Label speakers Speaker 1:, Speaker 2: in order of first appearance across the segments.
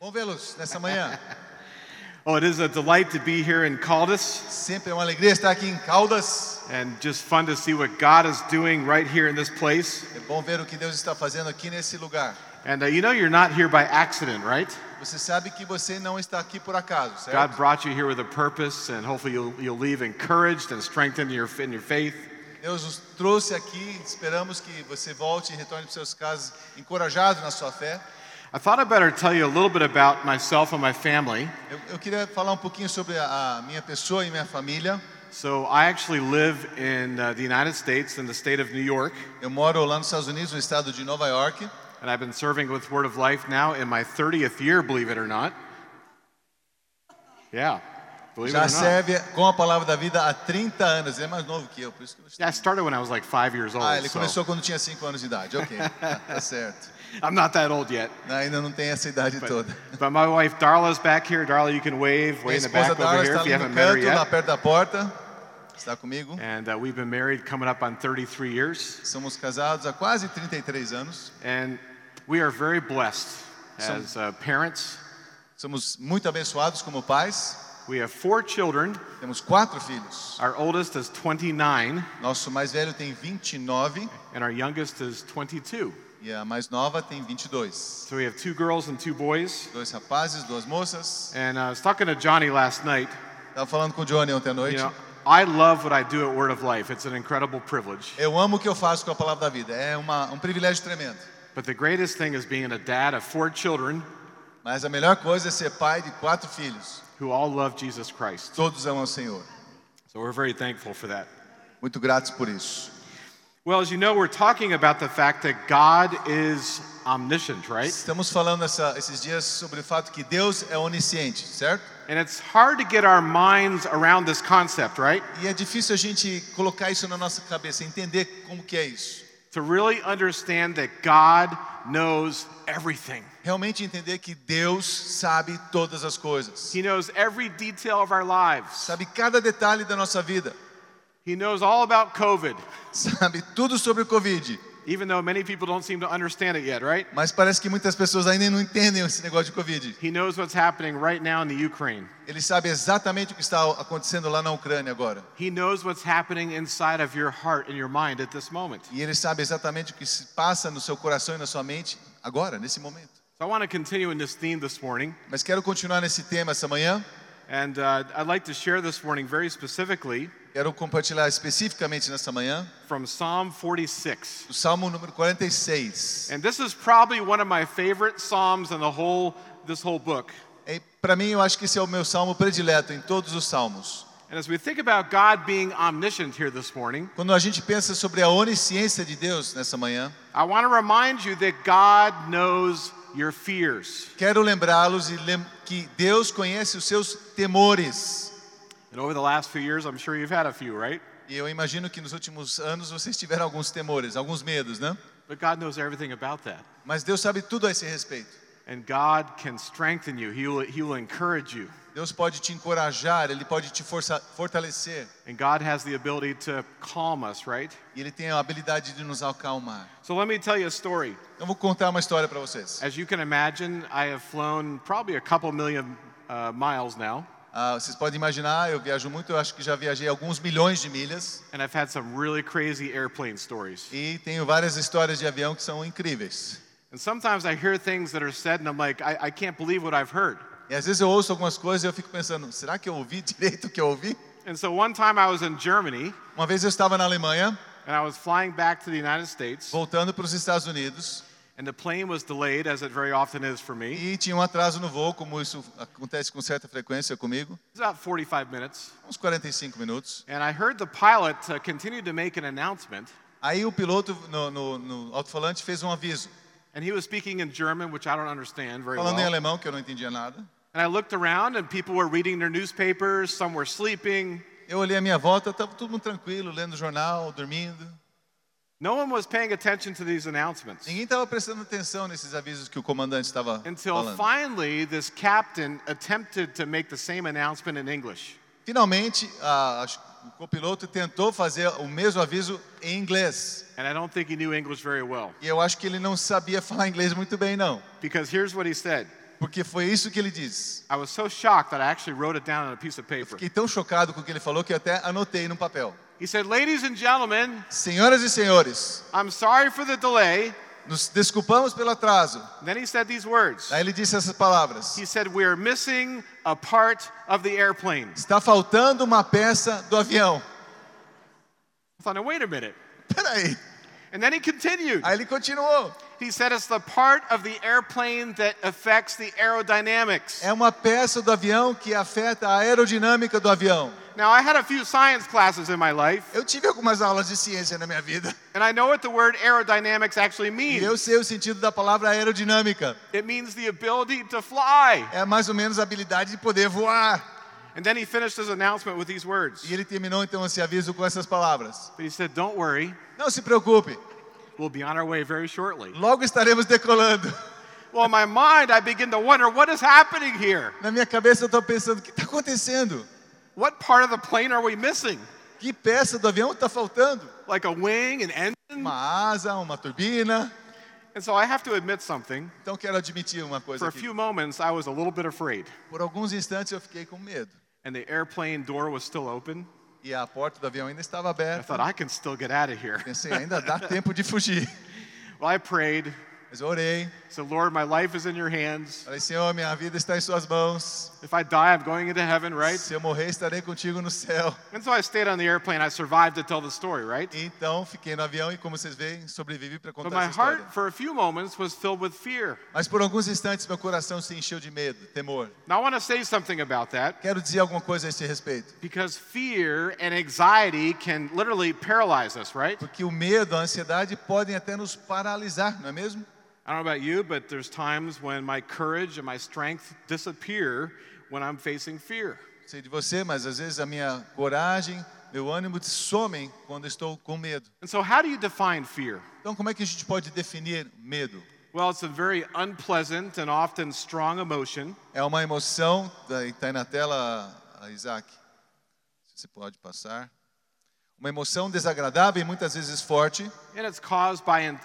Speaker 1: Bom vê-los nessa manhã.
Speaker 2: Oh, it is a delight to be here in Caldas
Speaker 1: Sempre é uma alegria estar aqui em Caldas.
Speaker 2: and just fun to see what God is doing right here in this place.
Speaker 1: É bom ver o que Deus está fazendo aqui nesse lugar.
Speaker 2: And uh, you know, you're not here by accident, right?
Speaker 1: Você sabe que você não está aqui por acaso, certo?
Speaker 2: God brought you here with a purpose, and hopefully, you'll, you'll leave encouraged and strengthened in your, in your faith.
Speaker 1: Deus os trouxe aqui. Esperamos que você volte e retorne para seus casos encorajado na sua fé.
Speaker 2: I thought I better tell you a little bit about myself and my family.
Speaker 1: Eu, eu queria falar um pouquinho sobre a, a minha pessoa e minha família.
Speaker 2: So, I actually live in uh, the United States in the state of New York,
Speaker 1: Eu moro lá nos Estados Unidos, no estado de Nova York.
Speaker 2: and I've been serving with Word of Life now in my 30th year, believe it or not. Yeah, believe it
Speaker 1: Já
Speaker 2: or not.
Speaker 1: serve com a palavra da vida há 30 anos. Ele é mais novo que eu, por isso que eu
Speaker 2: Yeah, I started when I was like five years old.
Speaker 1: Ah, ele
Speaker 2: so
Speaker 1: começou quando tinha 5 anos de idade. Ok, tá, tá certo.
Speaker 2: I'm not that old yet.
Speaker 1: Ainda não tem essa idade
Speaker 2: But,
Speaker 1: toda.
Speaker 2: but my wife Darla's back here. Darla, you can wave way
Speaker 1: Minha
Speaker 2: in the
Speaker 1: esposa
Speaker 2: back over
Speaker 1: Dara
Speaker 2: here
Speaker 1: está
Speaker 2: if
Speaker 1: ali
Speaker 2: you
Speaker 1: no
Speaker 2: haven't met her
Speaker 1: canto, lá
Speaker 2: yet.
Speaker 1: perto da porta. Está comigo.
Speaker 2: And uh, we've been married coming up on 33 years.
Speaker 1: Somos casados há quase 33 anos.
Speaker 2: And we are very blessed
Speaker 1: Some-
Speaker 2: as uh, parents.
Speaker 1: Somos muito abençoados como pais.
Speaker 2: We have four children.
Speaker 1: Temos quatro filhos.
Speaker 2: Our oldest is 29,
Speaker 1: Nosso mais velho tem 29
Speaker 2: and our youngest is 22.
Speaker 1: e a mais nova tem 22.
Speaker 2: So we have two girls and two boys.
Speaker 1: Dois rapazes, duas moças.
Speaker 2: And uh, I was talking to Johnny last night.
Speaker 1: Estava falando com o Johnny ontem à
Speaker 2: You
Speaker 1: noite.
Speaker 2: know, I love what I do at Word of Life. It's an incredible privilege.
Speaker 1: Eu amo o que eu faço com a palavra da vida. É uma, um privilégio tremendo.
Speaker 2: But the greatest thing is being a dad of four children
Speaker 1: Mas a melhor coisa é ser pai de quatro filhos.
Speaker 2: who all love Jesus Christ.
Speaker 1: Todos amam o Senhor.
Speaker 2: So we're very thankful for that.
Speaker 1: Muito gratos por isso.
Speaker 2: Well, as you know, we're talking about the fact that God is omniscient, right?
Speaker 1: Estamos falando essa- esses dias sobre o fato que Deus é onisciente, certo?
Speaker 2: And it's hard to get our minds around this concept, right?
Speaker 1: E é difícil a gente colocar isso na nossa cabeça, entender como que é isso.
Speaker 2: To really understand that God knows everything.
Speaker 1: Realmente entender que Deus sabe todas as coisas.
Speaker 2: He knows every detail of our lives.
Speaker 1: Sabe cada detalhe da nossa vida.
Speaker 2: He knows all about COVID,
Speaker 1: Sabe tudo sobre o Covid.
Speaker 2: even though many people don't seem to understand it yet, right?
Speaker 1: Mas parece que muitas pessoas ainda não entendem esse negócio de Covid.
Speaker 2: He knows what's happening right now in the Ukraine.
Speaker 1: Ele sabe exatamente o que está acontecendo lá na Ucrânia agora.
Speaker 2: He knows what's happening inside of your heart and your mind at this moment.
Speaker 1: E ele sabe exatamente o que se passa no seu coração e na sua mente agora, nesse momento.
Speaker 2: So I want to continue in this theme this morning,
Speaker 1: Mas quero continuar nesse tema essa manhã.
Speaker 2: and uh, I'd like to share this morning very specifically
Speaker 1: Quero compartilhar especificamente nessa manhã
Speaker 2: from Psalm 46.
Speaker 1: o Salmo número 46.
Speaker 2: And this is probably one of my favorite psalms in the whole this whole book.
Speaker 1: Para É, mim, eu acho que esse é o meu salmo predileto em todos os salmos.
Speaker 2: And as we think about God being omniscient here this morning,
Speaker 1: Quando a gente pensa sobre a onisciência de Deus nessa manhã,
Speaker 2: I want to remind you that God knows your fears.
Speaker 1: quero lembrá-los e lem que Deus conhece os seus temores.
Speaker 2: And over the last few years, I'm sure you've had a few, right?
Speaker 1: E eu imagino que nos últimos anos vocês tiveram alguns temores, alguns medos, né?
Speaker 2: But God knows everything about that.
Speaker 1: Mas Deus sabe tudo a esse respeito.
Speaker 2: And God can strengthen you. He will, he will encourage you.
Speaker 1: Deus pode te encorajar, Ele pode te força- fortalecer.
Speaker 2: And God has the ability to calm us, right?
Speaker 1: E Ele tem a habilidade de nos acalmar.
Speaker 2: So let me tell you a story.
Speaker 1: Eu vou contar uma história para vocês.
Speaker 2: As you can imagine, I have flown probably a couple million uh, miles now,
Speaker 1: Ah, vocês podem imaginar, eu viajo muito, eu acho que já viajei alguns milhões de milhas
Speaker 2: and I've had some really crazy airplane stories.
Speaker 1: e tenho várias histórias de avião que são incríveis.
Speaker 2: And sometimes I hear things that are said and I'm like, I, I can't believe what I've heard.
Speaker 1: E às vezes eu ouço algumas coisas e eu fico pensando, será que eu ouvi direito o que eu ouvi?
Speaker 2: And so one time I was in Germany
Speaker 1: Uma vez eu estava na Alemanha,
Speaker 2: and I was flying back to the United States
Speaker 1: voltando para os Estados Unidos,
Speaker 2: and the plane was delayed as it very often is for me. It
Speaker 1: e tinha um atraso no voo, como isso acontece com certa frequência comigo,
Speaker 2: was about 45 minutes.
Speaker 1: uns 45 minutos.
Speaker 2: And I heard the pilot uh, continue to make an announcement
Speaker 1: Aí o piloto no, no- no alto-falante fez um aviso,
Speaker 2: and he was speaking in German, which I don't understand very well.
Speaker 1: falando em
Speaker 2: And
Speaker 1: alemão, que eu não entendia nada.
Speaker 2: I looked around and people were reading their newspapers, some were sleeping.
Speaker 1: Eu olhei a minha volta, estava todo mundo tranquilo, lendo jornal, dormindo.
Speaker 2: No one was paying attention to these announcements
Speaker 1: Ninguém estava prestando atenção nesses avisos que o comandante estava
Speaker 2: until
Speaker 1: falando.
Speaker 2: finally this captain attempted to make the same announcement in English.
Speaker 1: Finalmente, a- acho que o copiloto tentou fazer o mesmo aviso em inglês.
Speaker 2: And I don't think he knew English very well
Speaker 1: E eu acho que ele não sabia falar inglês muito bem, não.
Speaker 2: because here's what he said
Speaker 1: porque foi isso que ele diz.
Speaker 2: I was so shocked that I actually wrote it down on a piece of paper.
Speaker 1: Fiquei tão chocado com o que ele falou que eu até anotei num papel.
Speaker 2: He said, Ladies and gentlemen,
Speaker 1: Senhoras e senhores,
Speaker 2: I'm sorry for the delay.
Speaker 1: nos desculpamos pelo atraso.
Speaker 2: Then he said these words.
Speaker 1: Aí ele disse essas palavras.
Speaker 2: He said, We're missing a part of the airplane.
Speaker 1: Está faltando uma peça do avião.
Speaker 2: I thought, now wait a minute.
Speaker 1: Peraí.
Speaker 2: And then he continued.
Speaker 1: Aí ele continuou.
Speaker 2: He said it's the part of the airplane that affects the aerodynamics.
Speaker 1: É uma peça do avião que afeta a aerodinâmica do avião.
Speaker 2: Now, I had a few science classes in my life,
Speaker 1: Eu tive algumas aulas de ciência na minha vida.
Speaker 2: and I know what the word aerodynamics actually
Speaker 1: E
Speaker 2: means
Speaker 1: eu sei o sentido da palavra aerodinâmica.
Speaker 2: it means the ability to fly.
Speaker 1: É mais ou menos a habilidade de poder voar.
Speaker 2: And then he finished his announcement with these words.
Speaker 1: E ele terminou então esse aviso com essas palavras.
Speaker 2: But he said, Don't worry,
Speaker 1: Não se preocupe,
Speaker 2: we'll be on our way very shortly.
Speaker 1: logo estaremos decolando.
Speaker 2: Well, in my mind, I begin to wonder what is happening here?
Speaker 1: Na minha cabeça eu estou pensando, o que está acontecendo?
Speaker 2: What part of the plane are we missing?
Speaker 1: Que peça do avião está faltando?
Speaker 2: Like a wing, an engine?
Speaker 1: Uma asa, uma turbina.
Speaker 2: And so I have to admit something.
Speaker 1: Então quero admitir uma coisa
Speaker 2: For a
Speaker 1: aqui.
Speaker 2: few moments, I was a little bit afraid.
Speaker 1: Por alguns instantes eu fiquei com medo.
Speaker 2: and the airplane door was still open.
Speaker 1: E a porta do avião ainda estava
Speaker 2: I
Speaker 1: aberta.
Speaker 2: thought, I can still get out of here.
Speaker 1: Pensei, ainda dá tempo de fugir.
Speaker 2: Well, I prayed.
Speaker 1: Mas eu orei.
Speaker 2: So, Lord, my life is in your hands.
Speaker 1: Falei, Senhor, minha vida está em suas mãos.
Speaker 2: If I die, I'm going into heaven, right?
Speaker 1: Se eu morrer, estarei contigo no céu.
Speaker 2: And so I stayed on the airplane. I survived to tell the story, right?
Speaker 1: E Então, fiquei no avião e, como vocês veem, sobrevivi para
Speaker 2: But
Speaker 1: contar
Speaker 2: my
Speaker 1: essa história.
Speaker 2: heart, for a few moments, was filled with fear.
Speaker 1: Mas por alguns instantes, meu coração se encheu de medo, temor.
Speaker 2: Now, I want to say something about that
Speaker 1: Quero dizer alguma coisa a esse respeito.
Speaker 2: because fear and anxiety can literally paralyze us, right?
Speaker 1: Porque o medo, a ansiedade podem até nos paralisar, não é mesmo?
Speaker 2: I don't know about you, but there's times when my courage and my strength disappear when I'm facing fear.
Speaker 1: Sei de você, mas às vezes a minha coragem, meu ânimo somem quando estou com medo.
Speaker 2: And so, how do you define fear?
Speaker 1: Então, como é que a gente pode definir medo?
Speaker 2: Well, it's a very unpleasant and often strong emotion.
Speaker 1: É uma emoção, está aí na tela, Isaac, se você pode passar. Uma emoção desagradável e muitas vezes forte,
Speaker 2: And it's caused by an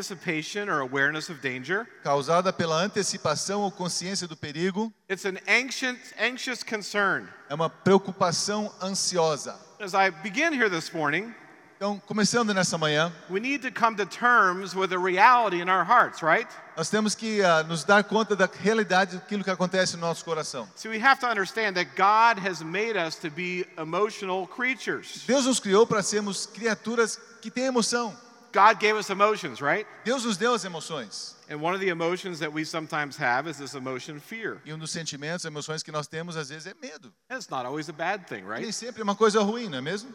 Speaker 2: anticipation or awareness of danger.
Speaker 1: causada pela antecipação ou consciência do perigo,
Speaker 2: It's an anxious, anxious concern.
Speaker 1: é uma preocupação ansiosa.
Speaker 2: As I begin here this morning,
Speaker 1: Então, começando nessa manhã,
Speaker 2: we need to come to terms with a reality in our hearts, right?
Speaker 1: nós temos que ah, nos dar conta da realidade daquilo que acontece no nosso coração.
Speaker 2: So we have to understand that God has made us to be emotional creatures.
Speaker 1: Deus nos criou para sermos criaturas que têm emoção.
Speaker 2: God gave us emotions, right?
Speaker 1: Deus nos deu as emoções.
Speaker 2: And one of the emotions that we sometimes have is this emotion fear.
Speaker 1: E um dos sentimentos, emoções que nós temos às vezes é medo.
Speaker 2: And it's not always a bad thing, right?
Speaker 1: Nem sempre é uma coisa ruim, não é mesmo?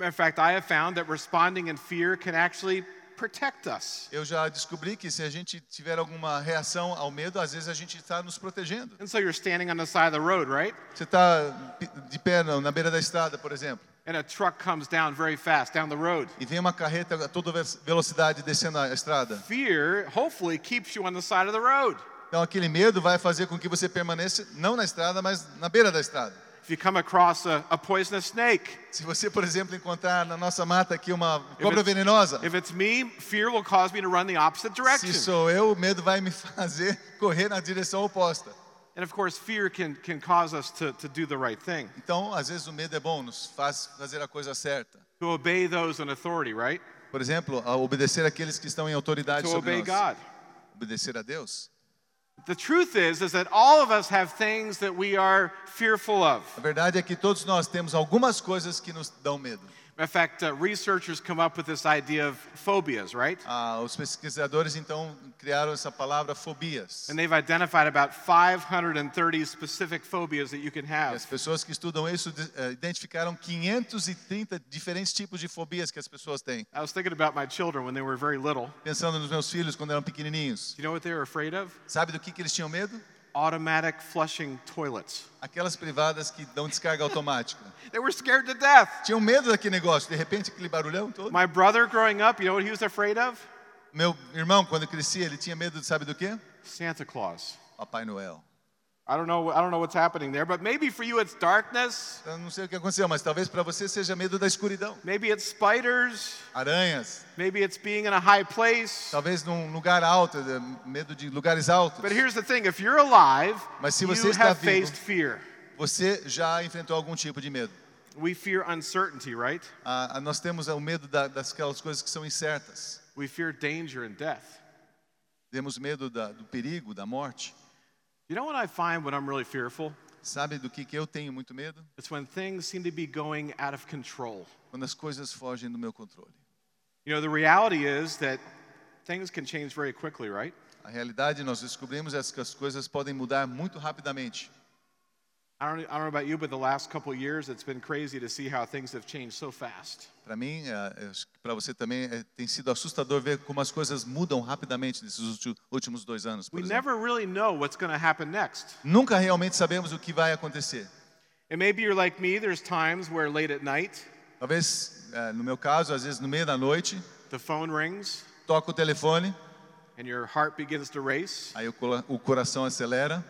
Speaker 2: In fact, I have found that responding in fear can actually protect us.
Speaker 1: Eu já descobri que se a gente tiver alguma reação ao medo, às vezes a gente está nos protegendo.
Speaker 2: And so you're standing on the side of the road, right?
Speaker 1: Você está de pé na na beira da estrada, por exemplo,
Speaker 2: And a truck comes down very fast down the road.
Speaker 1: e vem uma carreta a toda ve- velocidade descendo a estrada.
Speaker 2: Fear hopefully keeps you on the side of the road.
Speaker 1: Então aquele medo vai fazer com que você permaneça não na estrada, mas na beira da estrada.
Speaker 2: If you come across a, a poisonous snake,
Speaker 1: Se você, por exemplo, encontrar na nossa mata aqui uma
Speaker 2: if
Speaker 1: cobra
Speaker 2: it's-
Speaker 1: venenosa,
Speaker 2: if it's me, fear will cause me to run the opposite
Speaker 1: se
Speaker 2: direction.
Speaker 1: sou eu, o medo vai me fazer correr na direção oposta.
Speaker 2: And of course, fear can, can cause us to, to do the right thing,
Speaker 1: Então, às vezes o medo é bom, nos faz fazer a coisa certa.
Speaker 2: to obey those in authority, right?
Speaker 1: Por exemplo, a obedecer aqueles que estão em autoridade
Speaker 2: To
Speaker 1: sobre
Speaker 2: obey
Speaker 1: nós.
Speaker 2: God.
Speaker 1: obedecer a Deus.
Speaker 2: The truth is, is that all of us have things that we are fearful of.
Speaker 1: A verdade é que todos nós temos algumas coisas que nos dão medo.
Speaker 2: In fact, uh, researchers come up with this idea of phobias, right?
Speaker 1: Ah, os pesquisadores então criaram essa palavra fobias.
Speaker 2: And they've identified about 530 specific phobias that you can
Speaker 1: E as
Speaker 2: have.
Speaker 1: pessoas que estudam isso de- eh, identificaram 530 diferentes tipos de fobias que as pessoas têm.
Speaker 2: I was thinking about my children when they were very little. Do
Speaker 1: Pensando nos meus filhos quando eram pequenininhos,
Speaker 2: you know what they were afraid of?
Speaker 1: sabe do que, que eles tinham medo?
Speaker 2: Automatic flushing toilets.
Speaker 1: Aquelas privadas que dão descarga automática.
Speaker 2: They were scared to death.
Speaker 1: Tinham medo daquele negócio, de repente aquele barulhão todo.
Speaker 2: My brother growing up, you know what he was afraid of?
Speaker 1: Meu irmão, quando crescia, ele tinha medo de sabe do quê?
Speaker 2: Santa Claus.
Speaker 1: Papai Noel.
Speaker 2: I don't know, I don't know what's happening there, but maybe for you it's darkness,
Speaker 1: Eu Então, não sei o que aconteceu, mas talvez para você seja medo da escuridão.
Speaker 2: maybe it's spiders,
Speaker 1: Aranhas,
Speaker 2: maybe it's being in a high place.
Speaker 1: talvez num lugar alto, de- medo de lugares altos.
Speaker 2: But here's the thing if you're alive,
Speaker 1: Mas se
Speaker 2: you
Speaker 1: você está
Speaker 2: have
Speaker 1: vivo-
Speaker 2: faced fear.
Speaker 1: Você já enfrentou algum tipo de medo?
Speaker 2: We fear uncertainty, right?
Speaker 1: Ah, ah, nós temos o medo da, das aquelas coisas que são incertas.
Speaker 2: We fear danger and death.
Speaker 1: Temos medo da, do perigo, da morte.
Speaker 2: You know what I find when I'm really fearful?
Speaker 1: Sabe do que, que eu tenho muito medo?
Speaker 2: It's when things seem to be going out of control.
Speaker 1: Quando as coisas fogem do meu controle.
Speaker 2: You know, the reality is that things can change very quickly, right?
Speaker 1: A realidade, nós descobrimos é que as coisas podem mudar muito rapidamente.
Speaker 2: I don't, I don't know about you, but the last couple of years, it's been crazy to see how things have changed so fast.
Speaker 1: Para mim, ah, eu acho que para você também, é, tem sido assustador ver como as coisas mudam rapidamente nesses ulti- últimos dois anos. Por
Speaker 2: We
Speaker 1: exemplo.
Speaker 2: never really know what's going to happen next.
Speaker 1: Nunca realmente sabemos o que vai acontecer.
Speaker 2: And maybe you're like me, there's times where late at night,
Speaker 1: Talvez, eh, no meu caso, às vezes no meio da noite,
Speaker 2: the phone rings
Speaker 1: toco o telefone,
Speaker 2: and your heart begins to race,
Speaker 1: aí o cola- o coração acelera,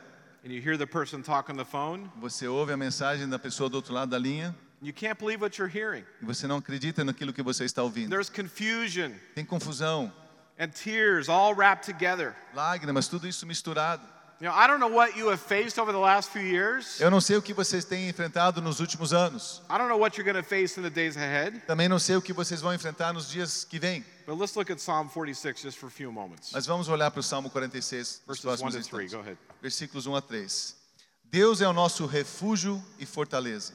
Speaker 2: and you hear the person talk on the phone,
Speaker 1: você ouve a mensagem da pessoa do outro lado da linha
Speaker 2: and you can't believe what you're hearing.
Speaker 1: e você não acredita naquilo que você está ouvindo.
Speaker 2: There's confusion
Speaker 1: Tem confusão,
Speaker 2: and tears all wrapped together.
Speaker 1: lágrimas, tudo isso misturado.
Speaker 2: You know, I don't know what you have faced over the last few years.
Speaker 1: Eu não sei o que vocês têm enfrentado nos últimos anos.
Speaker 2: I don't know what you're going to face in the days ahead,
Speaker 1: Também não sei o que vocês vão enfrentar nos dias que vêm.
Speaker 2: but let's look at Psalm 46 just for a few moments.
Speaker 1: Mas vamos olhar para o Salmo 46, nos
Speaker 2: Verses 1
Speaker 1: próximos
Speaker 2: to 3. Go
Speaker 1: instantes.
Speaker 2: ahead.
Speaker 1: Versículos 1 a 3. Deus é o nosso refúgio e fortaleza,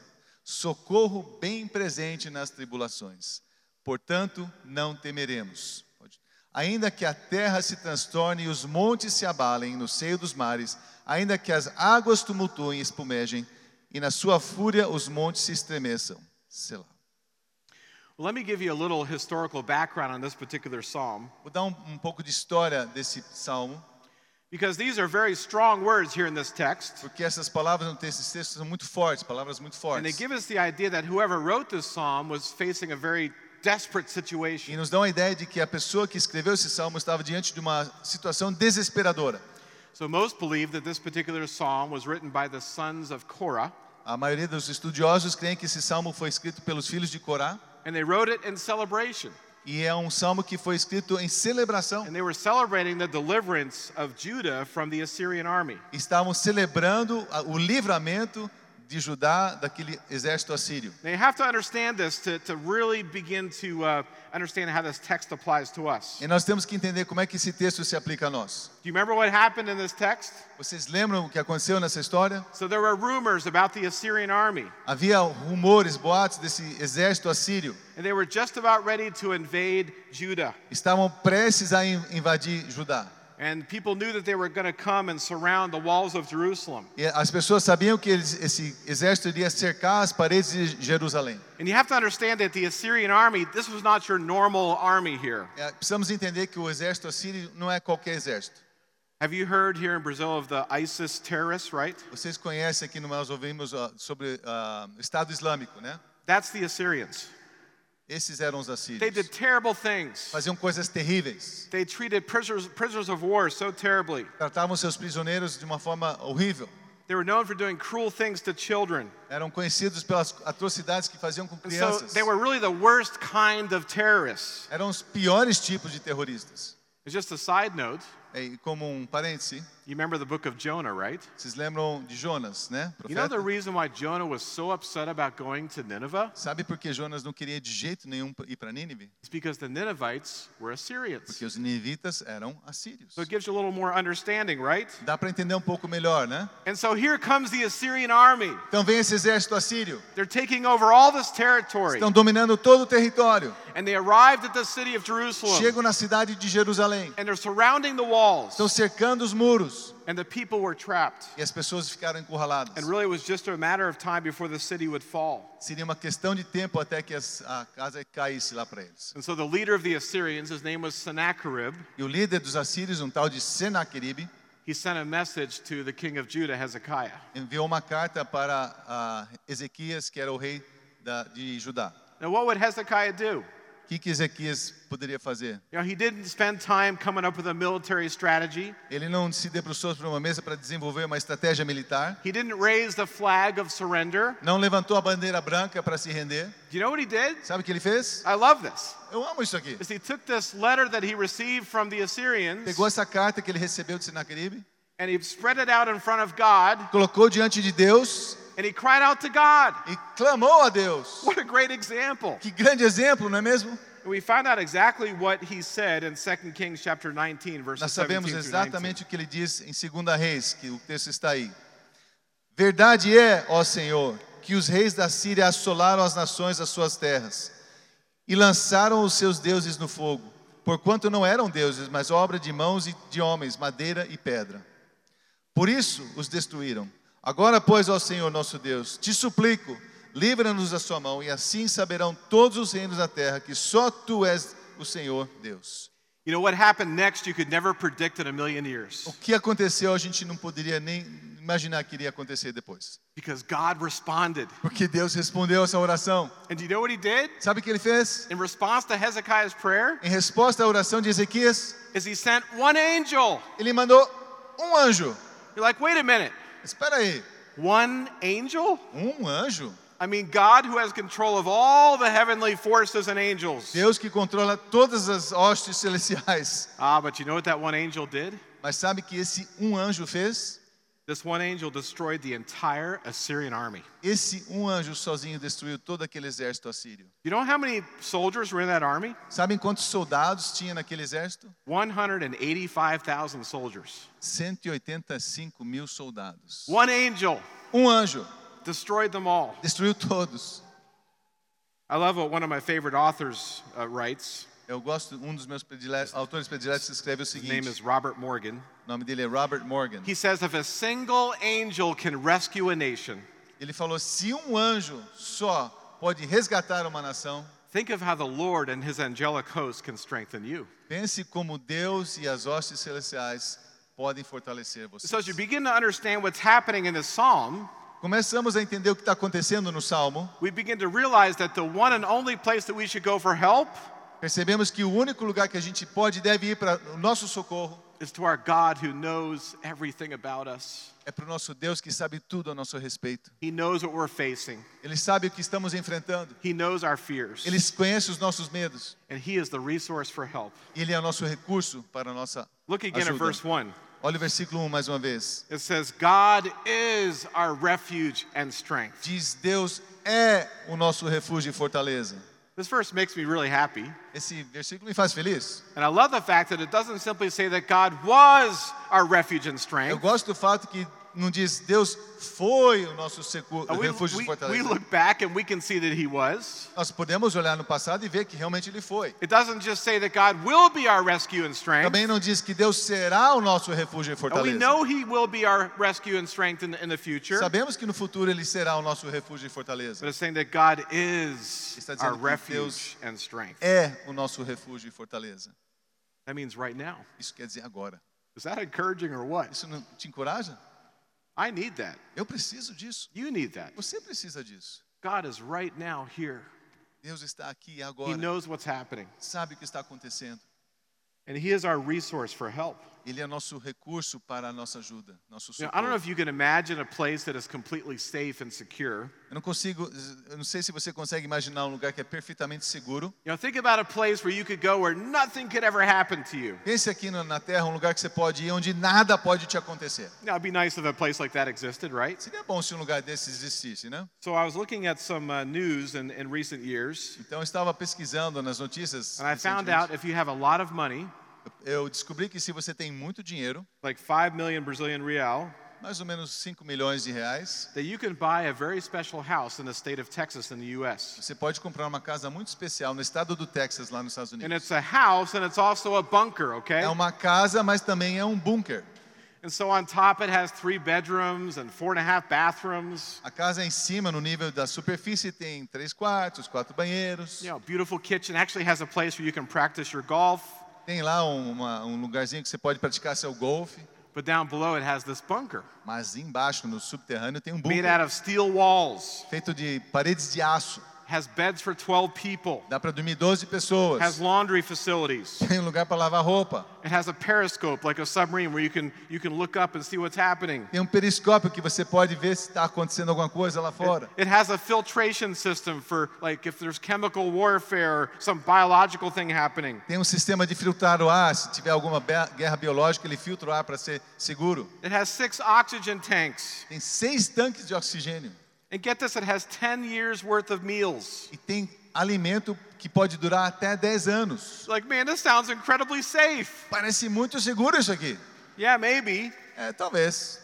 Speaker 1: socorro bem presente nas tribulações. Portanto, não temeremos. Pode. Ainda que a terra se transtorne e os montes se abalem no seio dos mares, ainda que as águas tumultuem e espumegem, e na sua fúria os montes se estremeçam. Selá.
Speaker 2: Well, let me give you a little historical background on this particular psalm
Speaker 1: Vou dar um, um pouco de história desse salmo,
Speaker 2: because these are very strong words here in this text.
Speaker 1: porque essas palavras no texto, esse texto são muito fortes, palavras muito
Speaker 2: And they
Speaker 1: fortes.
Speaker 2: give us the idea that whoever wrote this psalm was facing a very desperate
Speaker 1: E
Speaker 2: situation.
Speaker 1: nos dão a ideia de que a pessoa que escreveu esse salmo estava diante de uma situação desesperadora.
Speaker 2: So most believe that this particular psalm was written by the sons of Korah,
Speaker 1: A maioria dos estudiosos creem que esse salmo foi escrito pelos filhos de Corá
Speaker 2: and they wrote it in celebration.
Speaker 1: e é um salmo que foi escrito em celebração.
Speaker 2: And they were celebrating the deliverance of Judah from the Assyrian army.
Speaker 1: Estavam celebrando a- o livramento de Judá daquele exército assírio.
Speaker 2: Now you have to understand this to, to really begin to uh, understand how this text applies to us. Do
Speaker 1: E nós temos que entender como é que esse texto se aplica a nós.
Speaker 2: you remember what happened in this text?
Speaker 1: Vocês lembram o que aconteceu nessa história?
Speaker 2: So there were rumors about the Assyrian army,
Speaker 1: Havia rumores, boatos desse exército assírio.
Speaker 2: and they were just about ready to invade Judah.
Speaker 1: Estavam prestes a in- invadir Judá.
Speaker 2: And people knew that they were going to come and surround the walls of Jerusalem.
Speaker 1: E as pessoas sabiam que eles- esse exército iria cercar as paredes de Jerusalém.
Speaker 2: And you have to understand that the Assyrian army, this was not your normal army here.
Speaker 1: É, precisamos entender que o exército assírio não é qualquer exército.
Speaker 2: Have you heard here in Brazil of the ISIS terrorists, right?
Speaker 1: Vocês conhecem aqui, nós ouvimos ó, sobre ah, o Estado Islâmico, né?
Speaker 2: That's the Assyrians.
Speaker 1: Esses eram os
Speaker 2: They
Speaker 1: assírios.
Speaker 2: did terrible things.
Speaker 1: Faziam coisas terríveis.
Speaker 2: They treated prisoners, prisoners of war so terribly.
Speaker 1: Tratavam seus prisioneiros de uma forma horrível.
Speaker 2: They were known for doing cruel things to children.
Speaker 1: Eram conhecidos pelas atrocidades que faziam com
Speaker 2: And so
Speaker 1: crianças.
Speaker 2: they were really the worst kind of terrorists.
Speaker 1: Eram os piores tipos de terroristas.
Speaker 2: And just a side note,
Speaker 1: E como um parêntese,
Speaker 2: you remember the book of Jonah, right?
Speaker 1: vocês lembram de Jonas, né?
Speaker 2: You know
Speaker 1: Profeta?
Speaker 2: the reason why Jonah was so upset about going to Nineveh?
Speaker 1: Sabe por que Jonas não queria de jeito nenhum ir para Nínive?
Speaker 2: It's because the Ninevites were Assyrians.
Speaker 1: Porque os ninivitas eram assírios.
Speaker 2: So it gives you a little more understanding, right?
Speaker 1: Dá para entender um pouco melhor, né?
Speaker 2: And so here comes the Assyrian army.
Speaker 1: Então vem esse exército assírio.
Speaker 2: They're taking over all this territory.
Speaker 1: Estão dominando todo o território.
Speaker 2: And they arrived at the city of Jerusalem.
Speaker 1: Chegam na cidade de Jerusalém.
Speaker 2: And they're surrounding the walls.
Speaker 1: Estão cercando os muros.
Speaker 2: And the people were trapped.
Speaker 1: E as pessoas ficaram encurraladas.
Speaker 2: And really, it was just a matter of time before the city would fall.
Speaker 1: Seria uma questão de tempo até que as- a casa caísse lá para eles.
Speaker 2: And so the leader of the Assyrians, his name was Sennacherib,
Speaker 1: E o líder dos assírios, um tal de Senaqueribe,
Speaker 2: he sent a message to the king of Judah, Hezekiah.
Speaker 1: enviou uma carta para ah, Ezequias, que era o rei da- de Judá.
Speaker 2: Now, what would Hezekiah do?
Speaker 1: O que, que Ezequias poderia fazer?
Speaker 2: You know, he didn't spend time coming up with a military strategy.
Speaker 1: Ele não se debruçou sobre uma mesa para desenvolver uma estratégia militar,
Speaker 2: He didn't raise the flag of surrender.
Speaker 1: não levantou a bandeira branca para se render.
Speaker 2: Do you know what he did?
Speaker 1: Sabe o que ele fez?
Speaker 2: I love this.
Speaker 1: Eu amo isso aqui.
Speaker 2: Is he took this letter that he received from the Assyrians
Speaker 1: Pegou essa carta que ele recebeu de Sennacherib,
Speaker 2: and he spread it out in front of God
Speaker 1: colocou diante de Deus
Speaker 2: and he cried out to God.
Speaker 1: e clamou a Deus.
Speaker 2: What a great example.
Speaker 1: Que grande exemplo, não é mesmo?
Speaker 2: And we found out exactly what he said in 2 Kings chapter 19
Speaker 1: Nós
Speaker 2: verses 17
Speaker 1: sabemos
Speaker 2: through 19.
Speaker 1: exatamente o que ele diz em 2 Reis, que o texto está aí. Verdade é, ó Senhor, que os reis da Síria assolaram as nações das suas terras e lançaram os seus deuses no fogo, porquanto não eram deuses, mas obra de mãos e de homens, madeira e pedra. Por isso os destruíram. Agora, pois, ó Senhor nosso Deus, te suplico, livra-nos da sua mão, e assim saberão todos os reinos da terra que só tu és o Senhor Deus.
Speaker 2: You know what happened next you could never predict in a million years
Speaker 1: O que aconteceu a gente não poderia nem imaginar que iria acontecer depois.
Speaker 2: because God responded.
Speaker 1: Porque Deus respondeu essa oração.
Speaker 2: And do you know what he did?
Speaker 1: Sabe o que ele fez?
Speaker 2: In response to Hezekiah's prayer,
Speaker 1: Em resposta à oração de Ezequias,
Speaker 2: is he sent one angel.
Speaker 1: ele mandou um anjo.
Speaker 2: You're like, wait a minute,
Speaker 1: Espera aí,
Speaker 2: one angel?
Speaker 1: um anjo?
Speaker 2: I mean, God who has control of all the heavenly forces and angels.
Speaker 1: Deus que controla todas as hostes celestiais.
Speaker 2: Ah, but you know what that one angel did?
Speaker 1: Mas sabe que esse um anjo fez?
Speaker 2: This one angel destroyed the entire Assyrian army.
Speaker 1: Esse um anjo sozinho destruiu todo aquele exército assírio.
Speaker 2: You know how many soldiers were in that army?
Speaker 1: Sabem quantos soldados tinha naquele exército?
Speaker 2: 185,000 soldiers.
Speaker 1: 185 mil soldados.
Speaker 2: One angel
Speaker 1: Um anjo
Speaker 2: destroyed them all.
Speaker 1: destruiu todos.
Speaker 2: I love what one of my favorite authors uh, writes.
Speaker 1: Eu gosto, um dos meus predile- autores prediletos escreve o
Speaker 2: His name
Speaker 1: seguinte,
Speaker 2: is Robert Morgan.
Speaker 1: o nome dele é Robert Morgan.
Speaker 2: He says if a single angel can rescue a nation,
Speaker 1: Ele falou, se um anjo só pode resgatar uma nação,
Speaker 2: think of how the Lord and his angelic host can strengthen you.
Speaker 1: pense como Deus e as hostes celestiais podem fortalecer
Speaker 2: So as you
Speaker 1: você.
Speaker 2: begin to understand what's happening in this psalm,
Speaker 1: Começamos a entender o que está acontecendo no Salmo,
Speaker 2: we begin to realize that the one and only place that we should go for help
Speaker 1: percebemos que o único lugar que a gente pode e deve ir para o nosso socorro
Speaker 2: is to our God who knows everything about us.
Speaker 1: é para o nosso Deus que sabe tudo a nosso respeito.
Speaker 2: He knows what we're facing.
Speaker 1: Ele sabe o que estamos enfrentando,
Speaker 2: He knows our fears.
Speaker 1: Ele conhece os nossos medos,
Speaker 2: And he is the resource for help.
Speaker 1: Ele é o nosso recurso para a nossa
Speaker 2: Look again at
Speaker 1: Ajuda.
Speaker 2: verse 1.
Speaker 1: Olha o versículo 1 mais uma vez.
Speaker 2: It says, God is our refuge and strength.
Speaker 1: Diz Deus é o nosso refúgio e fortaleza.
Speaker 2: This verse makes me really happy.
Speaker 1: Esse versículo me faz feliz.
Speaker 2: And I love the fact that it doesn't simply say that God was our refuge and
Speaker 1: Eu
Speaker 2: strength.
Speaker 1: gosto do fato que não diz Deus foi o nosso secu-
Speaker 2: Uh, We,
Speaker 1: refúgio e
Speaker 2: we- we
Speaker 1: fortaleza.
Speaker 2: look back and we can see that he was.
Speaker 1: Nós podemos olhar no passado e ver que realmente ele foi.
Speaker 2: It doesn't just say that God will be our rescue and strength.
Speaker 1: Também não diz que Deus será o nosso refúgio e
Speaker 2: And Então, we
Speaker 1: fortaleza.
Speaker 2: know he will be our rescue and strength in, in the future.
Speaker 1: Sabemos que no futuro ele será o nosso refúgio e
Speaker 2: But
Speaker 1: fortaleza.
Speaker 2: it's saying that God is
Speaker 1: Está dizendo
Speaker 2: our
Speaker 1: que
Speaker 2: refuge
Speaker 1: Deus-
Speaker 2: and strength.
Speaker 1: É o nosso refúgio e fortaleza.
Speaker 2: That means right now.
Speaker 1: Isso quer dizer agora.
Speaker 2: Is that encouraging or what?
Speaker 1: Isso não te encoraja?
Speaker 2: I need that.
Speaker 1: Eu preciso disso.
Speaker 2: You need that.
Speaker 1: Você precisa disso.
Speaker 2: God is right now here.
Speaker 1: Deus está aqui
Speaker 2: He
Speaker 1: agora.
Speaker 2: knows what's happening.
Speaker 1: sabe o que está acontecendo.
Speaker 2: And He is our resource for help.
Speaker 1: Ele é nosso recurso para a nossa ajuda, nosso
Speaker 2: You
Speaker 1: socorro.
Speaker 2: know, I don't know if you can imagine a place that is completely safe and secure.
Speaker 1: Eu não consigo, eu não sei se você consegue imaginar um lugar que é perfeitamente seguro.
Speaker 2: You know, think about a place where you could go where nothing could ever happen to you.
Speaker 1: Pense aqui na na Terra, um lugar que você pode ir onde nada pode te acontecer.
Speaker 2: Now, it'd be nice if a place like that existed, right?
Speaker 1: Seria bom se um lugar desse existisse, né?
Speaker 2: So I was looking at some uh, news in, in recent years,
Speaker 1: Então eu estava pesquisando nas notícias.
Speaker 2: and I found out
Speaker 1: recentemente.
Speaker 2: if you have a lot of money,
Speaker 1: Eu descobri que se você tem muito dinheiro,
Speaker 2: like 5 million Brazilian real,
Speaker 1: mais ou menos 5 milhões de reais,
Speaker 2: that you can buy a very special house in the state of Texas in the U.S.
Speaker 1: você pode comprar uma casa muito especial no estado do Texas, lá nos Estados
Speaker 2: And
Speaker 1: Unidos.
Speaker 2: it's a house and it's also a bunker, okay?
Speaker 1: É uma casa, mas também é um bunker.
Speaker 2: And so on top, it has three bedrooms and four and a half bathrooms.
Speaker 1: A casa é em cima, no nível da superfície, tem três quartos, quatro banheiros.
Speaker 2: You know, beautiful kitchen. Actually, has a place where you can practice your golf.
Speaker 1: Tem lá um- uma- um lugarzinho que você pode praticar seu golfe.
Speaker 2: But down below, it has this bunker
Speaker 1: Mas embaixo, no subterrâneo, tem um
Speaker 2: made out
Speaker 1: bunker
Speaker 2: of steel walls.
Speaker 1: feito de paredes de aço.
Speaker 2: has beds for 12 people,
Speaker 1: Dá para dormir 12 pessoas.
Speaker 2: has laundry facilities,
Speaker 1: Tem um lugar para lavar roupa.
Speaker 2: it has a periscope like a submarine where you can, you can look up and see what's happening.
Speaker 1: Tem um periscópio que você pode ver se está acontecendo alguma coisa lá fora.
Speaker 2: It has a filtration system for like if there's chemical warfare or some biological thing happening.
Speaker 1: Tem um sistema de filtrar o ar. Se tiver alguma be- guerra biológica, ele filtra o ar para ser seguro.
Speaker 2: It has six oxygen tanks.
Speaker 1: Tem seis tanques de oxigênio.
Speaker 2: And get this, it has 10 years worth of meals.
Speaker 1: E tem alimento que pode durar até 10 anos.
Speaker 2: It's like, man, this sounds incredibly safe.
Speaker 1: Parece muito seguro isso aqui.
Speaker 2: Yeah, maybe.
Speaker 1: É, talvez.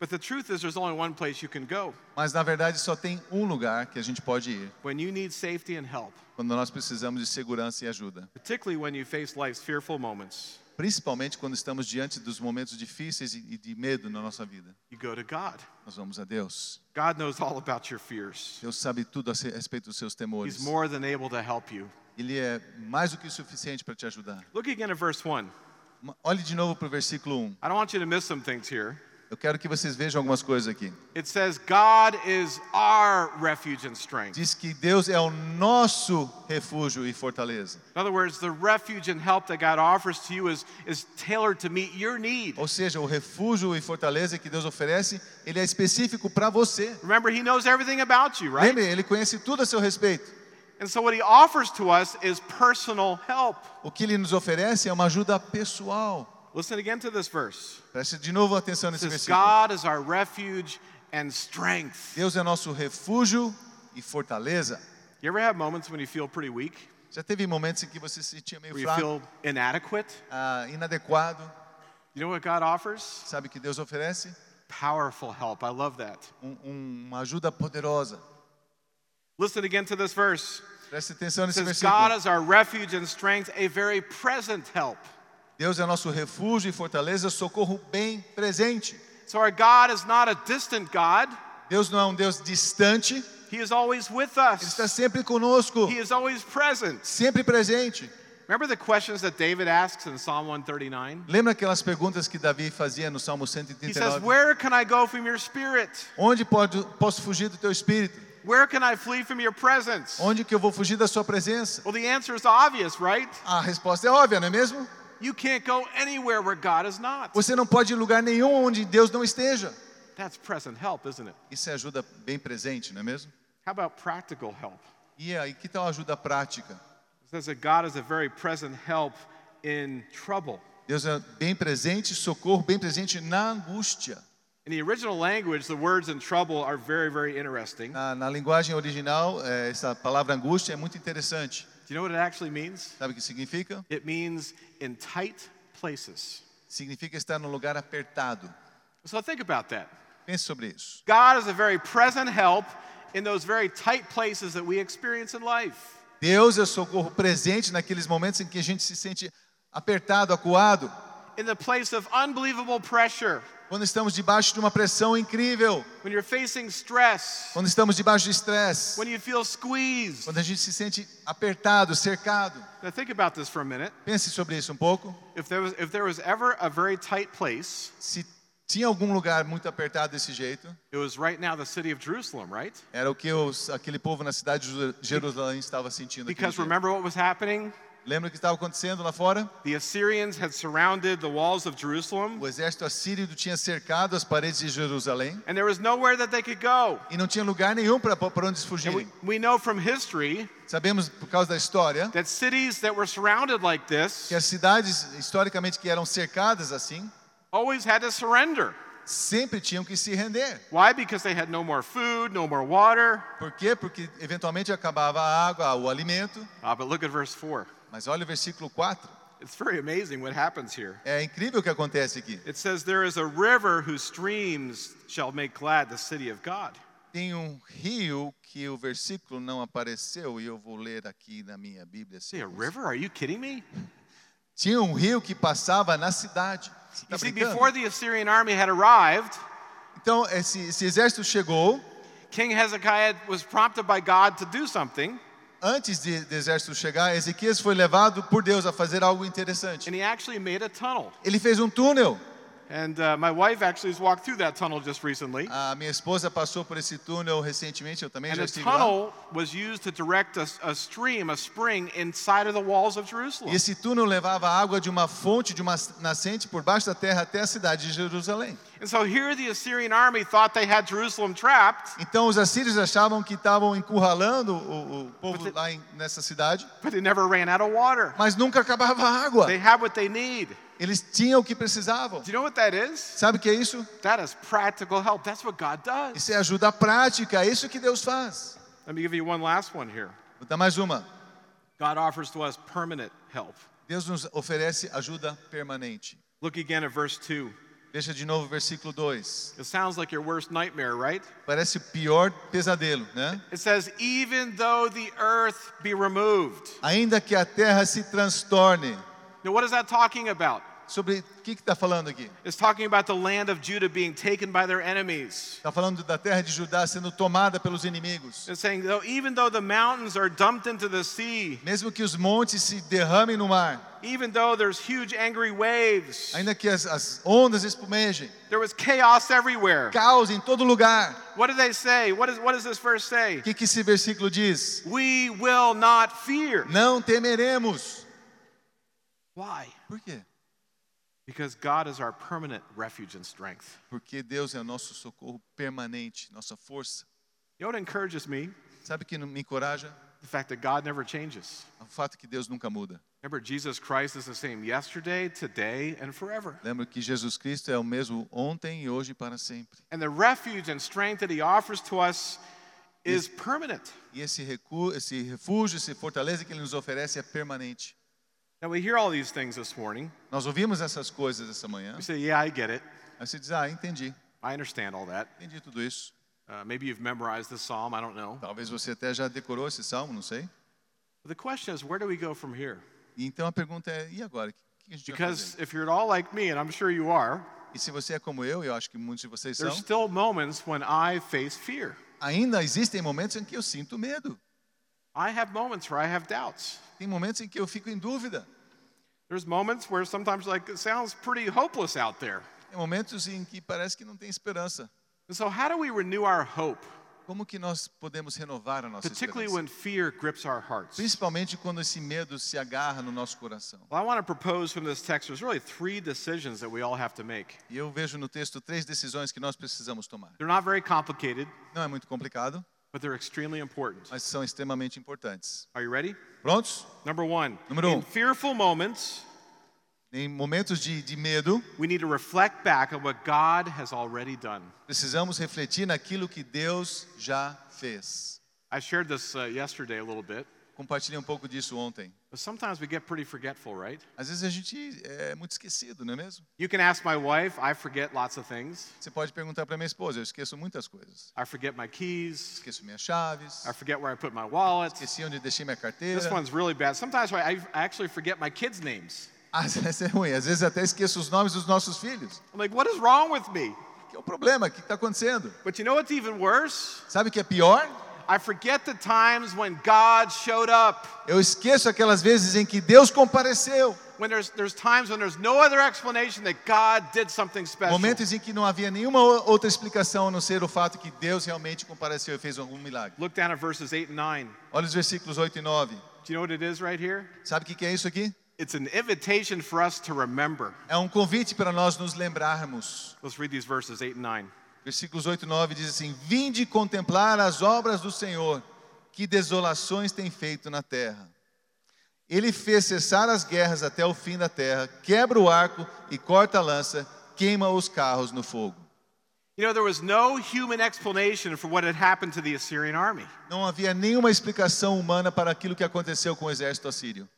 Speaker 2: But the truth is, there's only one place you can go
Speaker 1: Mas na verdade só tem um lugar que a gente pode ir
Speaker 2: when you need safety and help,
Speaker 1: quando nós precisamos de segurança e ajuda.
Speaker 2: particularly when you face life's fearful moments.
Speaker 1: Principalmente quando estamos diante dos momentos difíceis e e de medo na nossa vida.
Speaker 2: You go to God.
Speaker 1: Nós vamos a Deus.
Speaker 2: God knows all about your fears.
Speaker 1: Deus sabe tudo a se- a respeito dos seus temores.
Speaker 2: He's more than able to help you.
Speaker 1: Ele é mais do que o suficiente para te ajudar.
Speaker 2: Look again at verse 1.
Speaker 1: Ma- Olhe de novo para o versículo 1.
Speaker 2: I don't want you to miss some things here.
Speaker 1: Eu quero que vocês vejam algumas coisas aqui.
Speaker 2: It says, God is our refuge and strength.
Speaker 1: Diz que Deus é o nosso refúgio e fortaleza.
Speaker 2: In other words, the refuge and help that God offers to you is, is tailored to meet your need.
Speaker 1: Ou seja, o refúgio e fortaleza que Deus oferece, ele é específico para você.
Speaker 2: Remember, He knows everything about you, right?
Speaker 1: Lembre, ele conhece tudo a seu respeito.
Speaker 2: And so, what He offers to us is personal help.
Speaker 1: O que ele nos oferece é uma ajuda pessoal.
Speaker 2: Listen again to this verse.
Speaker 1: Preste de novo atenção
Speaker 2: It
Speaker 1: nesse
Speaker 2: says,
Speaker 1: versículo.
Speaker 2: God is our refuge and strength.
Speaker 1: Deus é nosso refúgio e fortaleza.
Speaker 2: You ever have moments when you feel pretty weak,
Speaker 1: Já teve momentos em que você se sentia meio
Speaker 2: where you
Speaker 1: fraco,
Speaker 2: feel inadequate?
Speaker 1: ah, inadequado.
Speaker 2: You know what God offers?
Speaker 1: Sabe que Deus oferece?
Speaker 2: Powerful help. I love that.
Speaker 1: Um- um- uma ajuda poderosa.
Speaker 2: Listen again to this verse.
Speaker 1: Preste atenção
Speaker 2: It
Speaker 1: nesse
Speaker 2: says, God
Speaker 1: versículo.
Speaker 2: is our refuge and strength, a very present help.
Speaker 1: Deus é nosso refúgio e fortaleza, socorro bem presente.
Speaker 2: So our God is not a distant God.
Speaker 1: Deus não é um Deus distante, Ele
Speaker 2: He is always with
Speaker 1: está
Speaker 2: us.
Speaker 1: sempre conosco,
Speaker 2: He is always present.
Speaker 1: sempre presente.
Speaker 2: Remember the questions that David asks in Psalm 139?
Speaker 1: Lembra aquelas perguntas que Davi fazia no Salmo
Speaker 2: He
Speaker 1: 139?
Speaker 2: says, Where can I go from your spirit?
Speaker 1: Onde pode- posso fugir do teu espírito?
Speaker 2: Where can I flee from your presence?
Speaker 1: Onde que eu vou fugir da sua presença?
Speaker 2: Well, the answer is obvious, right?
Speaker 1: A resposta é óbvia, não é mesmo?
Speaker 2: You can't go anywhere where God is not.
Speaker 1: Você não pode ir em lugar nenhum onde Deus não esteja.
Speaker 2: That's present help, isn't it?
Speaker 1: Isso é ajuda bem presente, não é mesmo?
Speaker 2: How about practical help?
Speaker 1: E aí, que tal ajuda prática?
Speaker 2: It says that God is a very present help in trouble.
Speaker 1: Deus é bem presente, socorro bem presente na angústia.
Speaker 2: In the original language, the words in trouble are very, very interesting. Do
Speaker 1: Na, na linguagem original, eh, essa palavra angústia é muito interessante.
Speaker 2: you know what it actually means?
Speaker 1: Sabe o que significa?
Speaker 2: It means in tight places.
Speaker 1: Significa estar num lugar apertado.
Speaker 2: So think about that.
Speaker 1: Pense sobre isso.
Speaker 2: God is a very present help in those very tight places that we experience in life.
Speaker 1: Deus é socorro presente naqueles momentos em que a gente se sente apertado, acuado,
Speaker 2: In the place of unbelievable pressure,
Speaker 1: quando estamos debaixo de uma pressão incrível,
Speaker 2: when you're facing stress,
Speaker 1: quando estamos debaixo de estresse,
Speaker 2: when you feel squeezed.
Speaker 1: quando a gente se sente apertado, cercado.
Speaker 2: Now think about this for a minute.
Speaker 1: Pense sobre isso um pouco.
Speaker 2: If there was, if there was ever a very tight place,
Speaker 1: Se tinha algum lugar muito apertado desse jeito,
Speaker 2: it was right now the city of Jerusalem, right?
Speaker 1: era o que os, aquele povo na cidade de Jeru- Jerusalém estava sentindo. naquele
Speaker 2: Because
Speaker 1: dia.
Speaker 2: remember what was happening?
Speaker 1: Lembra o que estava acontecendo lá fora?
Speaker 2: The Assyrians had surrounded the walls of Jerusalem,
Speaker 1: O exército assírio tinha cercado as paredes de Jerusalém
Speaker 2: and there was nowhere that they could go.
Speaker 1: e não tinha lugar nenhum para para onde eles
Speaker 2: And we,
Speaker 1: fugirem.
Speaker 2: we know from history
Speaker 1: Sabemos por causa da história
Speaker 2: that cities that were surrounded like
Speaker 1: que
Speaker 2: this
Speaker 1: as cidades historicamente que eram cercadas assim
Speaker 2: always had to surrender.
Speaker 1: sempre tinham que se render.
Speaker 2: Why? Because they had no more food, no more water.
Speaker 1: Por quê? Porque eventualmente acabava a água, o alimento.
Speaker 2: Ah, but look at verse 4.
Speaker 1: Mas olha o versículo 4.
Speaker 2: It's very amazing what happens here.
Speaker 1: É incrível o que acontece aqui.
Speaker 2: It says, There is a river whose streams shall make glad the city of God.
Speaker 1: Tem um rio que o versículo não apareceu e eu vou ler aqui na minha Bíblia.
Speaker 2: See,
Speaker 1: assim.
Speaker 2: a river? Are you kidding me?
Speaker 1: Tinha um rio que passava na cidade. Você tá
Speaker 2: You see,
Speaker 1: brincando?
Speaker 2: before the Assyrian army had arrived,
Speaker 1: Então, esse, esse exército chegou.
Speaker 2: King Hezekiah was prompted by God to do something,
Speaker 1: Antes de, do exército chegar, Ezequias foi levado por Deus a fazer algo interessante.
Speaker 2: and he actually made a tunnel.
Speaker 1: Ele fez um túnel.
Speaker 2: And uh, my wife actually has walked through that tunnel just recently.
Speaker 1: A minha esposa passou por esse túnel recentemente, eu também
Speaker 2: And
Speaker 1: já
Speaker 2: the
Speaker 1: estive lá.
Speaker 2: tunnel was used to direct a, a stream, a spring, inside of the walls of Jerusalem.
Speaker 1: E esse túnel levava água de uma fonte, de uma nascente por baixo da terra até a cidade de Jerusalém.
Speaker 2: And so here the Assyrian army thought they had Jerusalem trapped,
Speaker 1: Então os assírios achavam que estavam encurralando o, o povo
Speaker 2: Você-
Speaker 1: lá em- nessa cidade,
Speaker 2: but they never ran out of water.
Speaker 1: mas nunca acabava a água.
Speaker 2: They had what they need. Do
Speaker 1: Eles tinham o que precisavam.
Speaker 2: you know what that is?
Speaker 1: Sabe o que é isso?
Speaker 2: That is practical help. That's what God does.
Speaker 1: Isso é ajuda prática, é isso que Deus faz.
Speaker 2: Let me give you one last one here.
Speaker 1: Vou dar mais uma.
Speaker 2: God offers to us permanent help.
Speaker 1: Deus nos oferece ajuda permanente.
Speaker 2: Look again at verse 2.
Speaker 1: Veja de novo o versículo 2.
Speaker 2: It sounds like your worst nightmare, right?
Speaker 1: Parece o pior pesadelo, né?
Speaker 2: It says, even though the earth be removed.
Speaker 1: Ainda que a terra se transtorne.
Speaker 2: Now, what is that talking about?
Speaker 1: Sobre o que está falando aqui?
Speaker 2: It's talking about the land of Judah being taken by their enemies.
Speaker 1: Está Tá falando da terra de Judá sendo tomada pelos inimigos.
Speaker 2: It's saying, though, even though the mountains are dumped into the sea,
Speaker 1: Mesmo que os montes se derramem no mar,
Speaker 2: even though there's huge angry waves,
Speaker 1: ainda que as, as ondas espumejem,
Speaker 2: there was chaos everywhere.
Speaker 1: caos em todo lugar.
Speaker 2: What do they say? What, is, what does this verse say?
Speaker 1: O que, que esse versículo diz?
Speaker 2: We will not fear.
Speaker 1: Não temeremos.
Speaker 2: Why?
Speaker 1: Por quê?
Speaker 2: Because God is our permanent refuge and strength.
Speaker 1: Porque Deus é o nosso socorro permanente, nossa força.
Speaker 2: You know what encourages me?
Speaker 1: Sabe o que me encoraja?
Speaker 2: The fact that God never changes.
Speaker 1: O fato que Deus nunca muda.
Speaker 2: Remember, Jesus Christ is the same yesterday, today, and forever.
Speaker 1: Lembra que Jesus Cristo é o mesmo ontem e hoje e para sempre.
Speaker 2: And the refuge and strength that he offers to us is permanent.
Speaker 1: E esse, recu esse refúgio, essa fortaleza que Ele nos oferece é permanente.
Speaker 2: Now, we hear all these things this morning.
Speaker 1: Nós ouvimos essas coisas essa manhã.
Speaker 2: We say, Yeah, I get it.
Speaker 1: Aí você diz, ah, entendi.
Speaker 2: I understand all that.
Speaker 1: Entendi tudo isso.
Speaker 2: Uh, maybe you've memorized this psalm. I don't know.
Speaker 1: Talvez você até já decorou esse salmo, não sei.
Speaker 2: But the question is, where do we go from here?
Speaker 1: E Então a pergunta é, e agora? O que a gente vai
Speaker 2: Because
Speaker 1: fazer?
Speaker 2: if you're at all like me, and I'm sure you are,
Speaker 1: E se você é como eu, eu acho que muitos de vocês são,
Speaker 2: there's still moments when I face fear.
Speaker 1: ainda existem momentos em que eu sinto medo.
Speaker 2: I have moments where I have doubts.
Speaker 1: Tem momentos em que eu fico em dúvida.
Speaker 2: There's moments where sometimes like it sounds pretty hopeless out there.
Speaker 1: Tem momentos em que parece que não tem esperança.
Speaker 2: And so how do we renew our hope,
Speaker 1: Como que nós podemos renovar a nossa
Speaker 2: particularly
Speaker 1: esperança?
Speaker 2: when fear grips our hearts?
Speaker 1: Principalmente quando esse medo se agarra no nosso coração.
Speaker 2: Well, I want to propose from this text there's really three decisions that we all have to make.
Speaker 1: E eu vejo no texto três decisões que nós precisamos tomar.
Speaker 2: They're not very complicated,
Speaker 1: Não é muito complicado,
Speaker 2: but they're extremely important.
Speaker 1: mas são extremamente importantes.
Speaker 2: Are you ready?
Speaker 1: Prontos?
Speaker 2: Number one,
Speaker 1: Número um.
Speaker 2: in fearful moments,
Speaker 1: Em momentos de, de medo,
Speaker 2: we need to reflect back on what God has already done.
Speaker 1: precisamos refletir naquilo que Deus já fez.
Speaker 2: I shared this uh, yesterday a little bit,
Speaker 1: Compartilhei um pouco disso ontem.
Speaker 2: but sometimes we get pretty forgetful, right?
Speaker 1: Às vezes a gente é muito esquecido, não é mesmo?
Speaker 2: You can ask my wife, I forget lots of things.
Speaker 1: Você pode perguntar para minha esposa, eu esqueço muitas coisas.
Speaker 2: I forget my keys.
Speaker 1: Esqueço minhas chaves,
Speaker 2: I forget where I put my wallet.
Speaker 1: esqueci onde deixei minha carteira.
Speaker 2: This one's really bad. Sometimes I I actually forget my kids' names.
Speaker 1: Às vezes é ruim, às vezes até esqueço os nomes dos nossos filhos.
Speaker 2: I'm like, what is wrong with me?
Speaker 1: Que é o problema, o que está acontecendo?
Speaker 2: But you know what's even worse?
Speaker 1: Sabe o que é pior?
Speaker 2: I forget the times when God showed up.
Speaker 1: Eu esqueço aquelas vezes em que Deus compareceu.
Speaker 2: When there's, there's times when there's no other explanation that God did something special.
Speaker 1: Momentos em que não havia nenhuma o- outra explicação a não ser o fato que Deus realmente compareceu e fez algum milagre.
Speaker 2: Look down at verses 8 and 9.
Speaker 1: Olha os versículos 8 e 9.
Speaker 2: Do you know what it is right here?
Speaker 1: Sabe o que que é isso aqui?
Speaker 2: It's an invitation for us to remember.
Speaker 1: É um convite para nós nos lembrarmos.
Speaker 2: Let's read these verses 8 and 9.
Speaker 1: Versículos 8 e 9 diz assim: Vinde contemplar as obras do Senhor, que desolações tem feito na terra. Ele fez cessar as guerras até o fim da terra, quebra o arco e corta a lança, queima os carros no fogo.
Speaker 2: You know, there was no human explanation for what had happened to the Assyrian army.
Speaker 1: Não havia nenhuma explicação humana para aquilo que aconteceu com o exército assírio.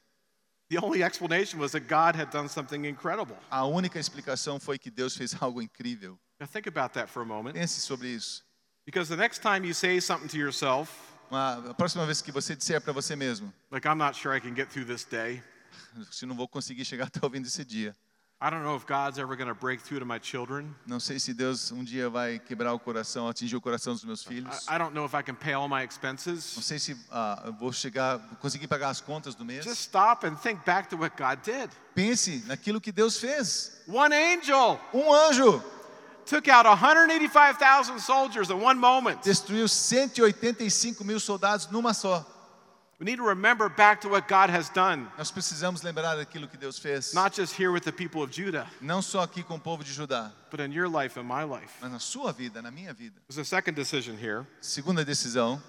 Speaker 2: The only explanation was that God had done something incredible.
Speaker 1: A única explicação foi que Deus fez algo incrível.
Speaker 2: Now, think about that for a moment.
Speaker 1: Pense sobre isso.
Speaker 2: Because the next time you say something to yourself,
Speaker 1: Uma- A próxima vez que você disser para você mesmo,
Speaker 2: like, I'm not sure I can get through this day,
Speaker 1: se não vou conseguir chegar até o fim desse dia.
Speaker 2: I don't know if God's ever going to break through to my children.
Speaker 1: Não sei se Deus um dia vai quebrar o coração, atingir o coração dos meus filhos.
Speaker 2: I, I don't know if I can pay all my
Speaker 1: Não
Speaker 2: expenses.
Speaker 1: sei se ah, eu vou chegar, conseguir pagar as contas do mês.
Speaker 2: Just stop and think back to what God did.
Speaker 1: Pense naquilo que Deus fez.
Speaker 2: One angel
Speaker 1: Um anjo
Speaker 2: took out 185,000 soldiers in one moment.
Speaker 1: destruiu 185 mil soldados numa só.
Speaker 2: We need to remember back to what God has done,
Speaker 1: Nós precisamos lembrar daquilo que Deus fez.
Speaker 2: not just here with the people of Judah,
Speaker 1: Não só aqui com o povo de Judá,
Speaker 2: but in your life and my life.
Speaker 1: mas na sua vida, na minha vida.
Speaker 2: There's a second decision here.
Speaker 1: Segunda decisão,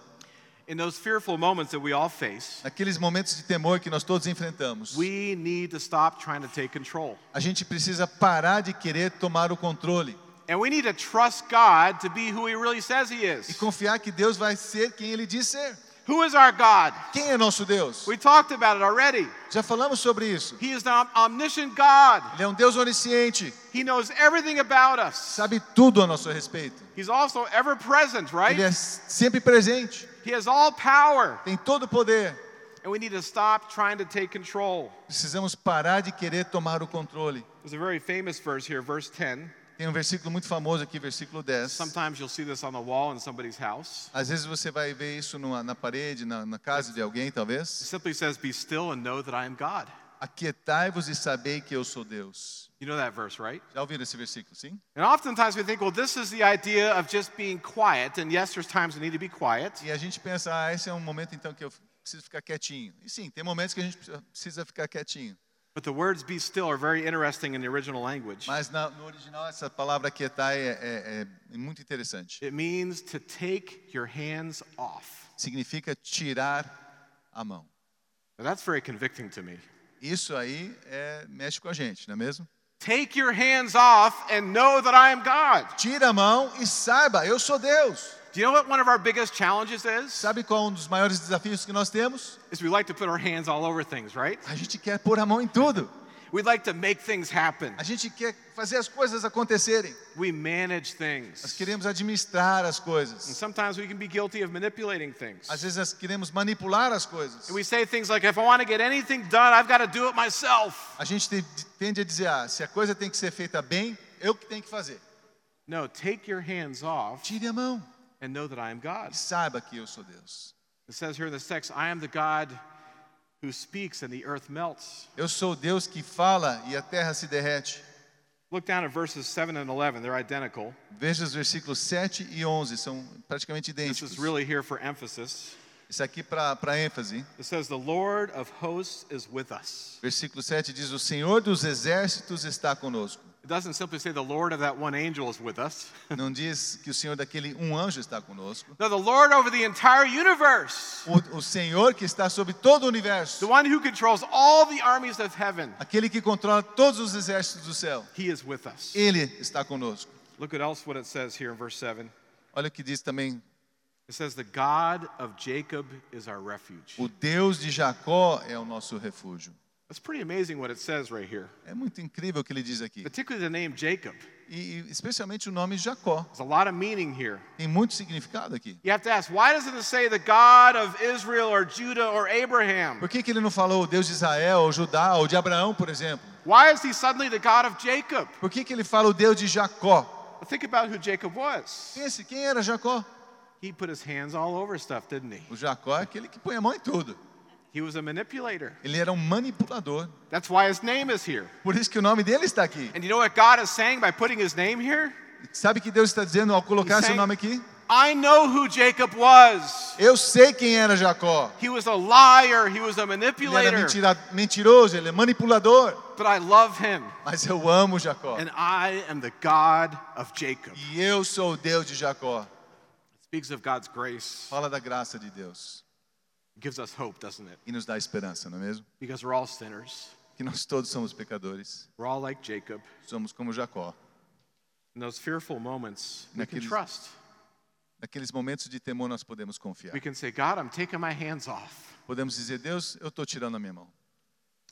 Speaker 2: In those fearful moments that we all face,
Speaker 1: naqueles momentos de temor que nós todos enfrentamos,
Speaker 2: we need to stop trying to take control.
Speaker 1: a gente precisa parar de querer tomar o controle
Speaker 2: And we need to trust God to be who He really says He
Speaker 1: e
Speaker 2: is.
Speaker 1: confiar que Deus vai ser quem Ele diz ser.
Speaker 2: Who is our God?
Speaker 1: Quem é nosso Deus?
Speaker 2: We talked about it already.
Speaker 1: Já falamos sobre isso.
Speaker 2: He is the om- omniscient God.
Speaker 1: Ele é um Deus onisciente,
Speaker 2: He knows everything about us.
Speaker 1: sabe tudo a nosso respeito.
Speaker 2: He's also ever present,
Speaker 1: Ele é
Speaker 2: right?
Speaker 1: sempre presente,
Speaker 2: He has all power.
Speaker 1: tem todo o poder.
Speaker 2: And we need to stop trying to take control.
Speaker 1: Precisamos parar de querer tomar o controle.
Speaker 2: There's a very famous verse here, verse 10.
Speaker 1: Tem um versículo muito famoso aqui, versículo 10.
Speaker 2: Sometimes you'll see this on the wall in somebody's house.
Speaker 1: Às vezes você vai ver isso numa- na parede, na, na casa de alguém,
Speaker 2: It
Speaker 1: talvez.
Speaker 2: simply says, Be still and know that I am God.
Speaker 1: Aquietai-vos e sabei que eu sou Deus.
Speaker 2: You know that verse, right?
Speaker 1: Já ouviram esse versículo, sim?
Speaker 2: And oftentimes we think, well, this is the idea of just being quiet. And yes, there's times we need to be quiet.
Speaker 1: E a gente pensa, ah, esse é um momento então que eu preciso ficar quietinho. E sim, tem momentos que a gente precisa- precisa ficar quietinho.
Speaker 2: But the words be still are very interesting in the original language.
Speaker 1: Mas na- no original essa palavra aquietai é, é- é muito interessante.
Speaker 2: It means to take your hands off.
Speaker 1: Significa tirar a mão.
Speaker 2: Now, that's very convicting to me.
Speaker 1: Isso aí é, mexe com a gente, não é mesmo?
Speaker 2: Take your hands off and know that I am God.
Speaker 1: Tira a mão e saiba, eu sou Deus.
Speaker 2: Do you know what one of our biggest challenges is?
Speaker 1: Sabe qual é um dos maiores desafios que nós temos?
Speaker 2: Is we like to put our hands all over things, right?
Speaker 1: A gente quer pôr a mão em tudo.
Speaker 2: We like to make things happen.
Speaker 1: A gente quer fazer as coisas acontecerem.
Speaker 2: We
Speaker 1: Nós
Speaker 2: manage things.
Speaker 1: queremos administrar as
Speaker 2: And
Speaker 1: coisas.
Speaker 2: sometimes we can be guilty of manipulating things.
Speaker 1: Às vezes nós queremos manipular as coisas.
Speaker 2: And we say things like, if I want to get anything done, I've got to do it myself.
Speaker 1: A gente te- tende a dizer, ah, se a coisa tem que ser feita bem, eu que tenho que fazer.
Speaker 2: No, take your hands off
Speaker 1: Tire a mão
Speaker 2: and know that I am God.
Speaker 1: e saiba que eu sou Deus.
Speaker 2: It says here in this text, I am the God who speaks and the earth melts.
Speaker 1: Eu sou o Deus que fala e a terra se derrete.
Speaker 2: Look down at verses 7 and 11, they're identical.
Speaker 1: Veja os versículos 7 e 11, são praticamente
Speaker 2: This
Speaker 1: idênticos.
Speaker 2: is really here for emphasis.
Speaker 1: Isso aqui para ênfase.
Speaker 2: It says, The Lord of hosts is with us.
Speaker 1: Versículo 7 diz: O Senhor dos exércitos está conosco.
Speaker 2: It doesn't simply say the Lord of that one angel is with us.
Speaker 1: Não diz que o Senhor daquele um anjo está conosco.
Speaker 2: No, the Lord over the entire universe,
Speaker 1: O, o Senhor que está sobre todo o
Speaker 2: the
Speaker 1: universo,
Speaker 2: one who controls all the armies of heaven,
Speaker 1: aquele que controla todos os exércitos do céu,
Speaker 2: he is with us.
Speaker 1: ele está conosco.
Speaker 2: Look at else what it says here in verse 7.
Speaker 1: Olha o que diz também:
Speaker 2: It says, The God of Jacob is our refuge.
Speaker 1: O Deus de Jacó é o nosso refúgio.
Speaker 2: That's pretty amazing what it says right here,
Speaker 1: É muito incrível o que ele diz aqui.
Speaker 2: particularly the name Jacob.
Speaker 1: E, e especialmente o nome Jacó.
Speaker 2: There's a lot of meaning here.
Speaker 1: Tem muito significado aqui.
Speaker 2: You have to ask, why doesn't it say the God of Israel or Judah or Abraham?
Speaker 1: Por que, que ele não falou o Deus de Israel, ou Judá, ou de Abraão, por exemplo?
Speaker 2: Why is he suddenly the God of Jacob?
Speaker 1: Por que, que ele fala o Deus de Jacó?
Speaker 2: Well, think about who Jacob was.
Speaker 1: Pense, quem era Jacó?
Speaker 2: He put his hands all over stuff, didn't he?
Speaker 1: O Jacó é aquele que põe a mão em tudo.
Speaker 2: He was a manipulator.
Speaker 1: Ele era um manipulador.
Speaker 2: That's why his name is here.
Speaker 1: Por isso que o nome dele está aqui.
Speaker 2: And you know what God is saying by putting his name here?
Speaker 1: Sabe o que Deus está dizendo ao colocar
Speaker 2: He's
Speaker 1: seu
Speaker 2: saying-
Speaker 1: nome aqui?
Speaker 2: I know who Jacob was.
Speaker 1: Eu sei quem era Jacó.
Speaker 2: He was a liar, he was a
Speaker 1: Ele era
Speaker 2: manipulator.
Speaker 1: mentira- mentiroso, ele é manipulador.
Speaker 2: But I love him.
Speaker 1: Mas eu amo Jacó.
Speaker 2: And I am the God of Jacob. It
Speaker 1: E eu sou o Deus de Jacó.
Speaker 2: speaks of God's grace.
Speaker 1: Fala da graça de Deus.
Speaker 2: It gives us hope, doesn't it?
Speaker 1: E nos dá esperança, não é mesmo?
Speaker 2: Because we're all sinners.
Speaker 1: Que nós todos somos pecadores.
Speaker 2: We're all like Jacob.
Speaker 1: Somos como Jacó.
Speaker 2: In those fearful moments, we can
Speaker 1: Naqueles-
Speaker 2: trust.
Speaker 1: Naqueles momentos de temor nós podemos confiar.
Speaker 2: We can say, God, I'm taking my hands off.
Speaker 1: Podemos dizer, Deus, eu estou tirando a minha mão.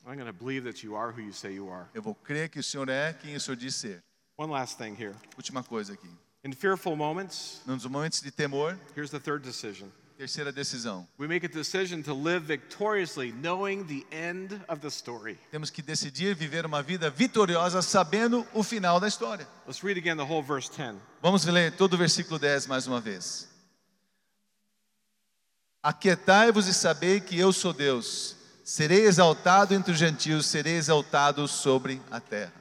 Speaker 2: I'm going to believe that you are who you say you are.
Speaker 1: Eu vou crer que o Senhor é quem o Senhor diz ser.
Speaker 2: One last thing here.
Speaker 1: Última coisa aqui.
Speaker 2: In fearful moments,
Speaker 1: Nos momentos de temor,
Speaker 2: here's the third decision
Speaker 1: Terceira decisão.
Speaker 2: We make a decision to live victoriously, knowing the end of the story.
Speaker 1: Temos que decidir viver uma vida vitoriosa sabendo o final da história.
Speaker 2: Let's read again the whole verse 10.
Speaker 1: Vamos ler todo o versículo 10 mais uma vez. Aquietai-vos e sabei que eu sou Deus. Serei exaltado entre os gentios, serei exaltado sobre a terra.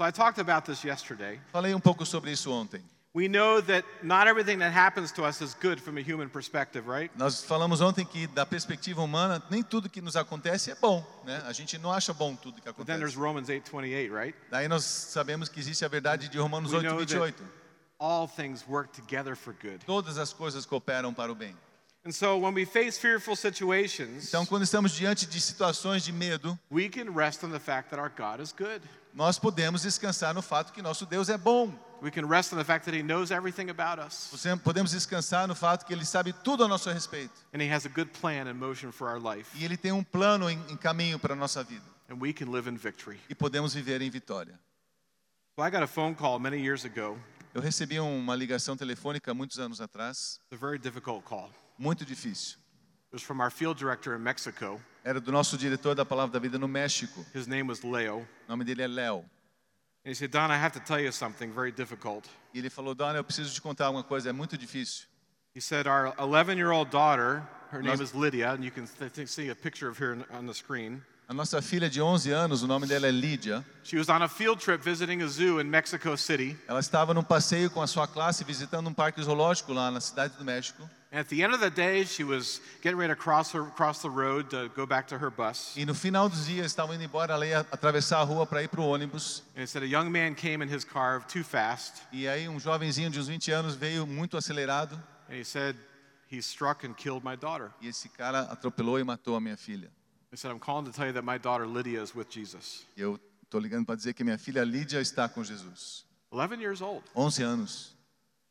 Speaker 2: So I talked about this yesterday.
Speaker 1: Falei um pouco sobre isso ontem.
Speaker 2: We know that not everything that happens to us is good from a human perspective, right?
Speaker 1: Nós falamos ontem que da perspectiva humana, nem tudo que nos acontece é bom, né? A gente não acha bom tudo que
Speaker 2: But then there's
Speaker 1: acontece.
Speaker 2: Romans 8:28, right?
Speaker 1: Daí nós sabemos que existe a verdade de Romanos
Speaker 2: We know
Speaker 1: 8,
Speaker 2: that
Speaker 1: 28.
Speaker 2: all things work together for good.
Speaker 1: Todas as coisas cooperam para o bem.
Speaker 2: And so when we face fearful situations,
Speaker 1: Então, quando estamos diante de situações de medo,
Speaker 2: we can rest on the fact that our God is good.
Speaker 1: nós podemos descansar no fato que nosso Deus é bom.
Speaker 2: We can rest on the fact that he knows everything about us
Speaker 1: Você- Podemos descansar no fato que Ele sabe tudo a nosso respeito.
Speaker 2: and he has a good plan in motion for our life
Speaker 1: E Ele tem um plano em, em caminho para a nossa vida.
Speaker 2: and we can live in victory.
Speaker 1: E podemos viver em vitória.
Speaker 2: Well, I got a phone call many years ago.
Speaker 1: Eu recebi uma ligação telefônica muitos anos atrás,
Speaker 2: It's a very difficult call.
Speaker 1: muito difícil.
Speaker 2: It was from our field director in Mexico.
Speaker 1: Era do nosso diretor da Palavra da Vida no México.
Speaker 2: His name was Leo.
Speaker 1: O nome dele é Léo.
Speaker 2: And he said, Don, I have to tell you something very difficult.
Speaker 1: E ele falou: Dona, eu preciso te contar uma coisa, é muito difícil.
Speaker 2: He said, Our 11 year old daughter, her name
Speaker 1: Nos-
Speaker 2: is Lydia, and you can th- th- see a picture of her on- on the screen.
Speaker 1: A nossa filha de 11 anos, o nome dela é Lídia,
Speaker 2: She was on a field trip visiting a zoo in Mexico City.
Speaker 1: ela estava num passeio com a sua classe visitando um parque zoológico lá na cidade do México.
Speaker 2: And at the end of the day, she was getting ready to cross, her, cross the road to go back to her bus.
Speaker 1: E no final do dia, estava indo embora, ela ia atravessar a rua para ir para o ônibus.
Speaker 2: And he said, A young man came in his car too fast,
Speaker 1: E aí um jovenzinho de uns 20 anos veio muito acelerado
Speaker 2: and he said, He struck and killed my daughter.
Speaker 1: e esse cara atropelou e matou a minha filha.
Speaker 2: He said, I'm calling to tell you that my daughter Lydia is with Jesus.
Speaker 1: E eu estou ligando para dizer que minha filha Lídia está com Jesus.
Speaker 2: 11 years old.
Speaker 1: 11 anos.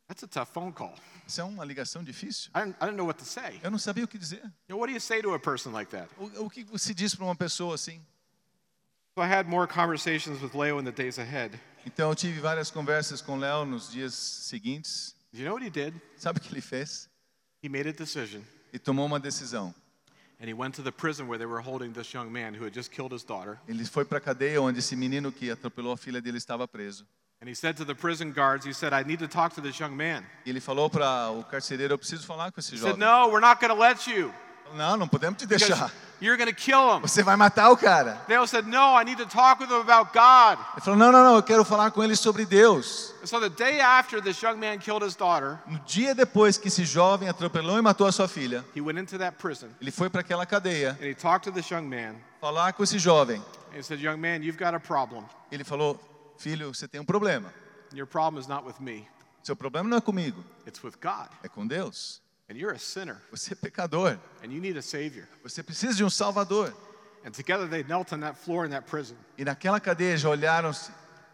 Speaker 2: That's a tough phone call.
Speaker 1: Isso é uma ligação difícil.
Speaker 2: I didn't, I didn't know what to say. You
Speaker 1: Eu não sabia o que dizer.
Speaker 2: know, what do you say to a person like that?
Speaker 1: O, o que se diz para uma pessoa assim?
Speaker 2: So I had more conversations with Leo in the days ahead.
Speaker 1: Então eu tive várias conversas com o Léo nos dias seguintes.
Speaker 2: Do you know what he did?
Speaker 1: Sabe o que ele fez?
Speaker 2: He made a decision
Speaker 1: Ele tomou uma decisão.
Speaker 2: and he went to the prison where they were holding this young man who had just killed his daughter.
Speaker 1: Ele foi para a cadeia onde esse menino que atropelou a filha dele estava preso.
Speaker 2: And he said to the prison guards, he said, I need to talk to this young man.
Speaker 1: E ele falou para o carcereiro: Eu preciso falar com esse
Speaker 2: He said,
Speaker 1: jovem.
Speaker 2: No, we're not going to let you.
Speaker 1: Não, não podemos te
Speaker 2: because
Speaker 1: deixar.
Speaker 2: You're going to kill him.
Speaker 1: Você vai matar o cara.
Speaker 2: Leo said, No, I need to talk with him about God.
Speaker 1: Ele falou: Não, não, não, eu quero falar com ele sobre Deus.
Speaker 2: And so the day after this young man killed his daughter,
Speaker 1: No dia depois que esse jovem atropelou e matou a sua filha,
Speaker 2: he went into that prison
Speaker 1: ele foi para aquela cadeia
Speaker 2: and he talked to this young man.
Speaker 1: falar com esse jovem.
Speaker 2: And he said, Young man, you've got a problem.
Speaker 1: Ele falou: Filho, você tem um problema.
Speaker 2: Your problem is not with me,
Speaker 1: Seu problema não é comigo,
Speaker 2: it's with God.
Speaker 1: é com Deus.
Speaker 2: And you're a sinner
Speaker 1: Você é pecador.
Speaker 2: and you need a Savior.
Speaker 1: Você precisa de um Salvador.
Speaker 2: And together they knelt on that floor in that prison.
Speaker 1: E naquela cadeia já olharam-se.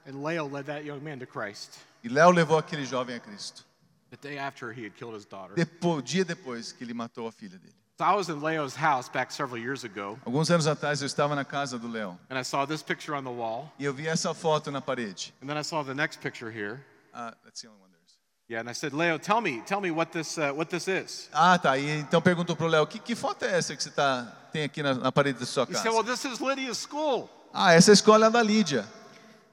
Speaker 2: And Leo led that young man to Christ
Speaker 1: E Léo levou aquele jovem a Cristo.
Speaker 2: the day after he had killed his daughter.
Speaker 1: Depois, dia depois que ele matou a filha dele.
Speaker 2: So I was in Leo's house back several years ago,
Speaker 1: Alguns anos atrás eu estava na casa do Léo
Speaker 2: and I saw this picture on the wall,
Speaker 1: e eu vi essa foto na parede.
Speaker 2: and then I saw the next picture here.
Speaker 1: Ah, that's the only one there is.
Speaker 2: Yeah, and I said, Leo, tell me, tell me what this, uh, what this is.
Speaker 1: Ah, tá. E então perguntou pro Léo, que, que foto é essa que você tá, tem aqui na, na parede da sua
Speaker 2: He said, Well,
Speaker 1: casa?
Speaker 2: this is Lydia's school.
Speaker 1: Ah, essa é a escola da Lídia.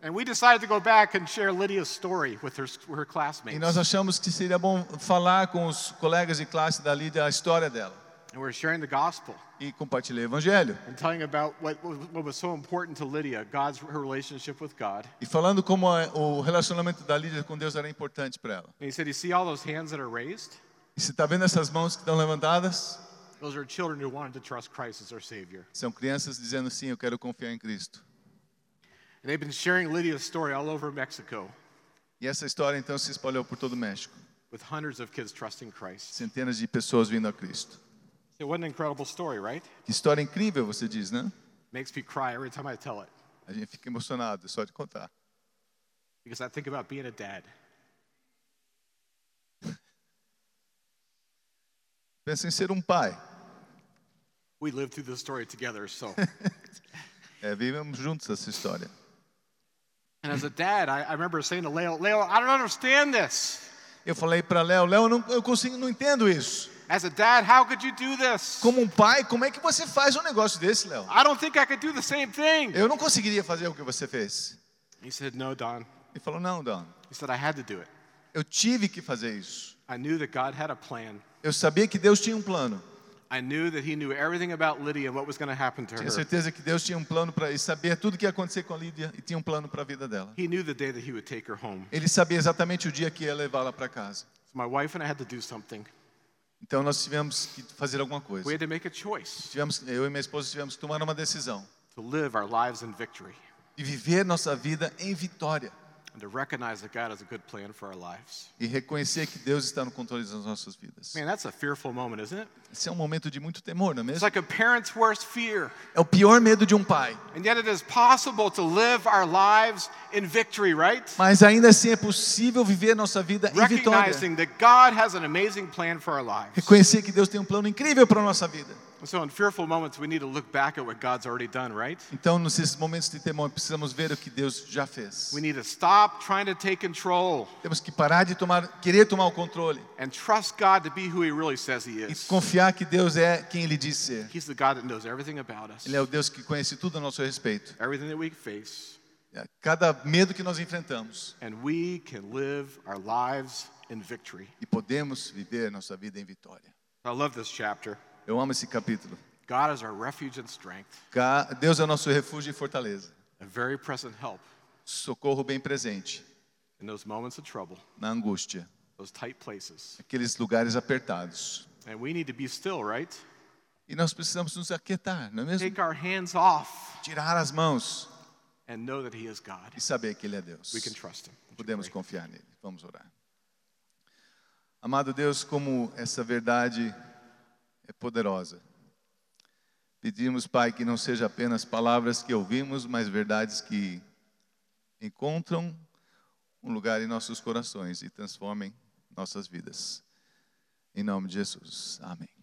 Speaker 2: And we decided to go back and share Lydia's story with her, her
Speaker 1: E
Speaker 2: classmates.
Speaker 1: nós achamos que seria bom falar com os colegas de classe da Lídia a história dela
Speaker 2: And we are sharing the gospel
Speaker 1: e compartilhar o evangelho.
Speaker 2: and telling about what, what was so important to Lydia, God's her relationship with God.
Speaker 1: E falando como a- o relacionamento da Lídia com Deus era importante para ela.
Speaker 2: And he said, You see all those hands that are raised?
Speaker 1: E você está vendo essas mãos que estão levantadas?
Speaker 2: Those are children who wanted to trust Christ as their Savior.
Speaker 1: São crianças dizendo sim, eu quero confiar em Cristo.
Speaker 2: And they've been sharing Lydia's story all over Mexico
Speaker 1: E essa história então se espalhou por todo o México.
Speaker 2: with hundreds of kids trusting Christ.
Speaker 1: Centenas de pessoas vindo a Cristo.
Speaker 2: It was an incredible story, right?
Speaker 1: Que história incrível, você diz, né?
Speaker 2: Makes me cry every time I tell it
Speaker 1: A gente fica emocionado só de contar.
Speaker 2: because I think about being a dad.
Speaker 1: Pensa em ser um pai.
Speaker 2: We lived through this story together, so.
Speaker 1: É, vivemos juntos essa história.
Speaker 2: and as a dad, I, I remember saying to Leo, Leo, I don't understand this.
Speaker 1: Eu falei para Léo, Léo, eu não, eu consigo, não entendo isso.
Speaker 2: And As a dad, how could you do this?
Speaker 1: Como um pai, como é que você faz um negócio desse, Léo?
Speaker 2: I don't think I could do the same thing.
Speaker 1: Eu não conseguiria fazer o que você fez.
Speaker 2: He said, No, Don.
Speaker 1: Ele falou: Não, Don,
Speaker 2: He said, I had to do it.
Speaker 1: eu tive que fazer isso.
Speaker 2: I knew that God had a plan.
Speaker 1: Eu sabia que Deus tinha um plano.
Speaker 2: I knew that He knew everything about Lydia and what was going to happen to
Speaker 1: Tinha
Speaker 2: her.
Speaker 1: certeza que Deus tinha um plano para. Ele sabia tudo o que ia acontecer com a Lídia e tinha um plano para a vida dela.
Speaker 2: He knew the day that He would take her home.
Speaker 1: Ele sabia exatamente o dia que ia levá-la para casa.
Speaker 2: So my wife and I had to do something.
Speaker 1: Então nós tivemos que fazer alguma coisa.
Speaker 2: We had to make a choice
Speaker 1: Tivemos, eu e minha esposa tivemos que tomar uma decisão
Speaker 2: to live our lives in victory
Speaker 1: de viver nossa vida em vitória
Speaker 2: and to recognize that God has a good plan for our lives.
Speaker 1: e reconhecer que Deus está no controle das nossas vidas.
Speaker 2: Man, that's a fearful moment, isn't it?
Speaker 1: Esse é um momento de muito temor, não é
Speaker 2: It's
Speaker 1: mesmo?
Speaker 2: like a parent's worst fear.
Speaker 1: É o pior medo de um pai.
Speaker 2: And yet it is possible to live our lives in victory, right?
Speaker 1: Mas ainda assim é possível viver nossa vida em vitória.
Speaker 2: Recognizing that God has an amazing plan for our lives.
Speaker 1: Reconhecer que Deus tem um plano incrível para a nossa vida.
Speaker 2: And So, in fearful moments, we need to look back at what God's already done, right?
Speaker 1: Então, nesses momentos de temor, precisamos ver o que Deus já fez.
Speaker 2: We need to stop trying to take control
Speaker 1: Temos que parar de tomar, querer tomar o controle
Speaker 2: and trust God to be who He really says He
Speaker 1: e
Speaker 2: is.
Speaker 1: confiar que Deus é quem Ele diz ser.
Speaker 2: He's the God that knows everything about us,
Speaker 1: Ele é o Deus que conhece tudo a nosso respeito.
Speaker 2: everything that we face,
Speaker 1: É, Cada medo que nós enfrentamos
Speaker 2: and we can live our lives in victory.
Speaker 1: e podemos viver nossa vida em vitória.
Speaker 2: I love this chapter.
Speaker 1: Eu amo esse capítulo.
Speaker 2: God is our refuge and strength,
Speaker 1: Ca- Deus é o nosso refúgio e fortaleza.
Speaker 2: a very present help
Speaker 1: Socorro bem presente
Speaker 2: in those moments of trouble,
Speaker 1: na angústia,
Speaker 2: those tight places.
Speaker 1: aqueles lugares apertados.
Speaker 2: And we need to be still, right?
Speaker 1: E nós precisamos nos aquietar, não é mesmo?
Speaker 2: Take our hands off
Speaker 1: Tirar as mãos
Speaker 2: and know that He is God.
Speaker 1: e saber que Ele é Deus.
Speaker 2: We can trust Him. Would you
Speaker 1: Podemos
Speaker 2: pray?
Speaker 1: confiar nele. Vamos orar. Amado Deus, como essa verdade é poderosa. Pedimos, Pai, que não seja apenas palavras que ouvimos, mas verdades que encontram um lugar em nossos corações e transformem nossas vidas. Em nome de Jesus. Amém.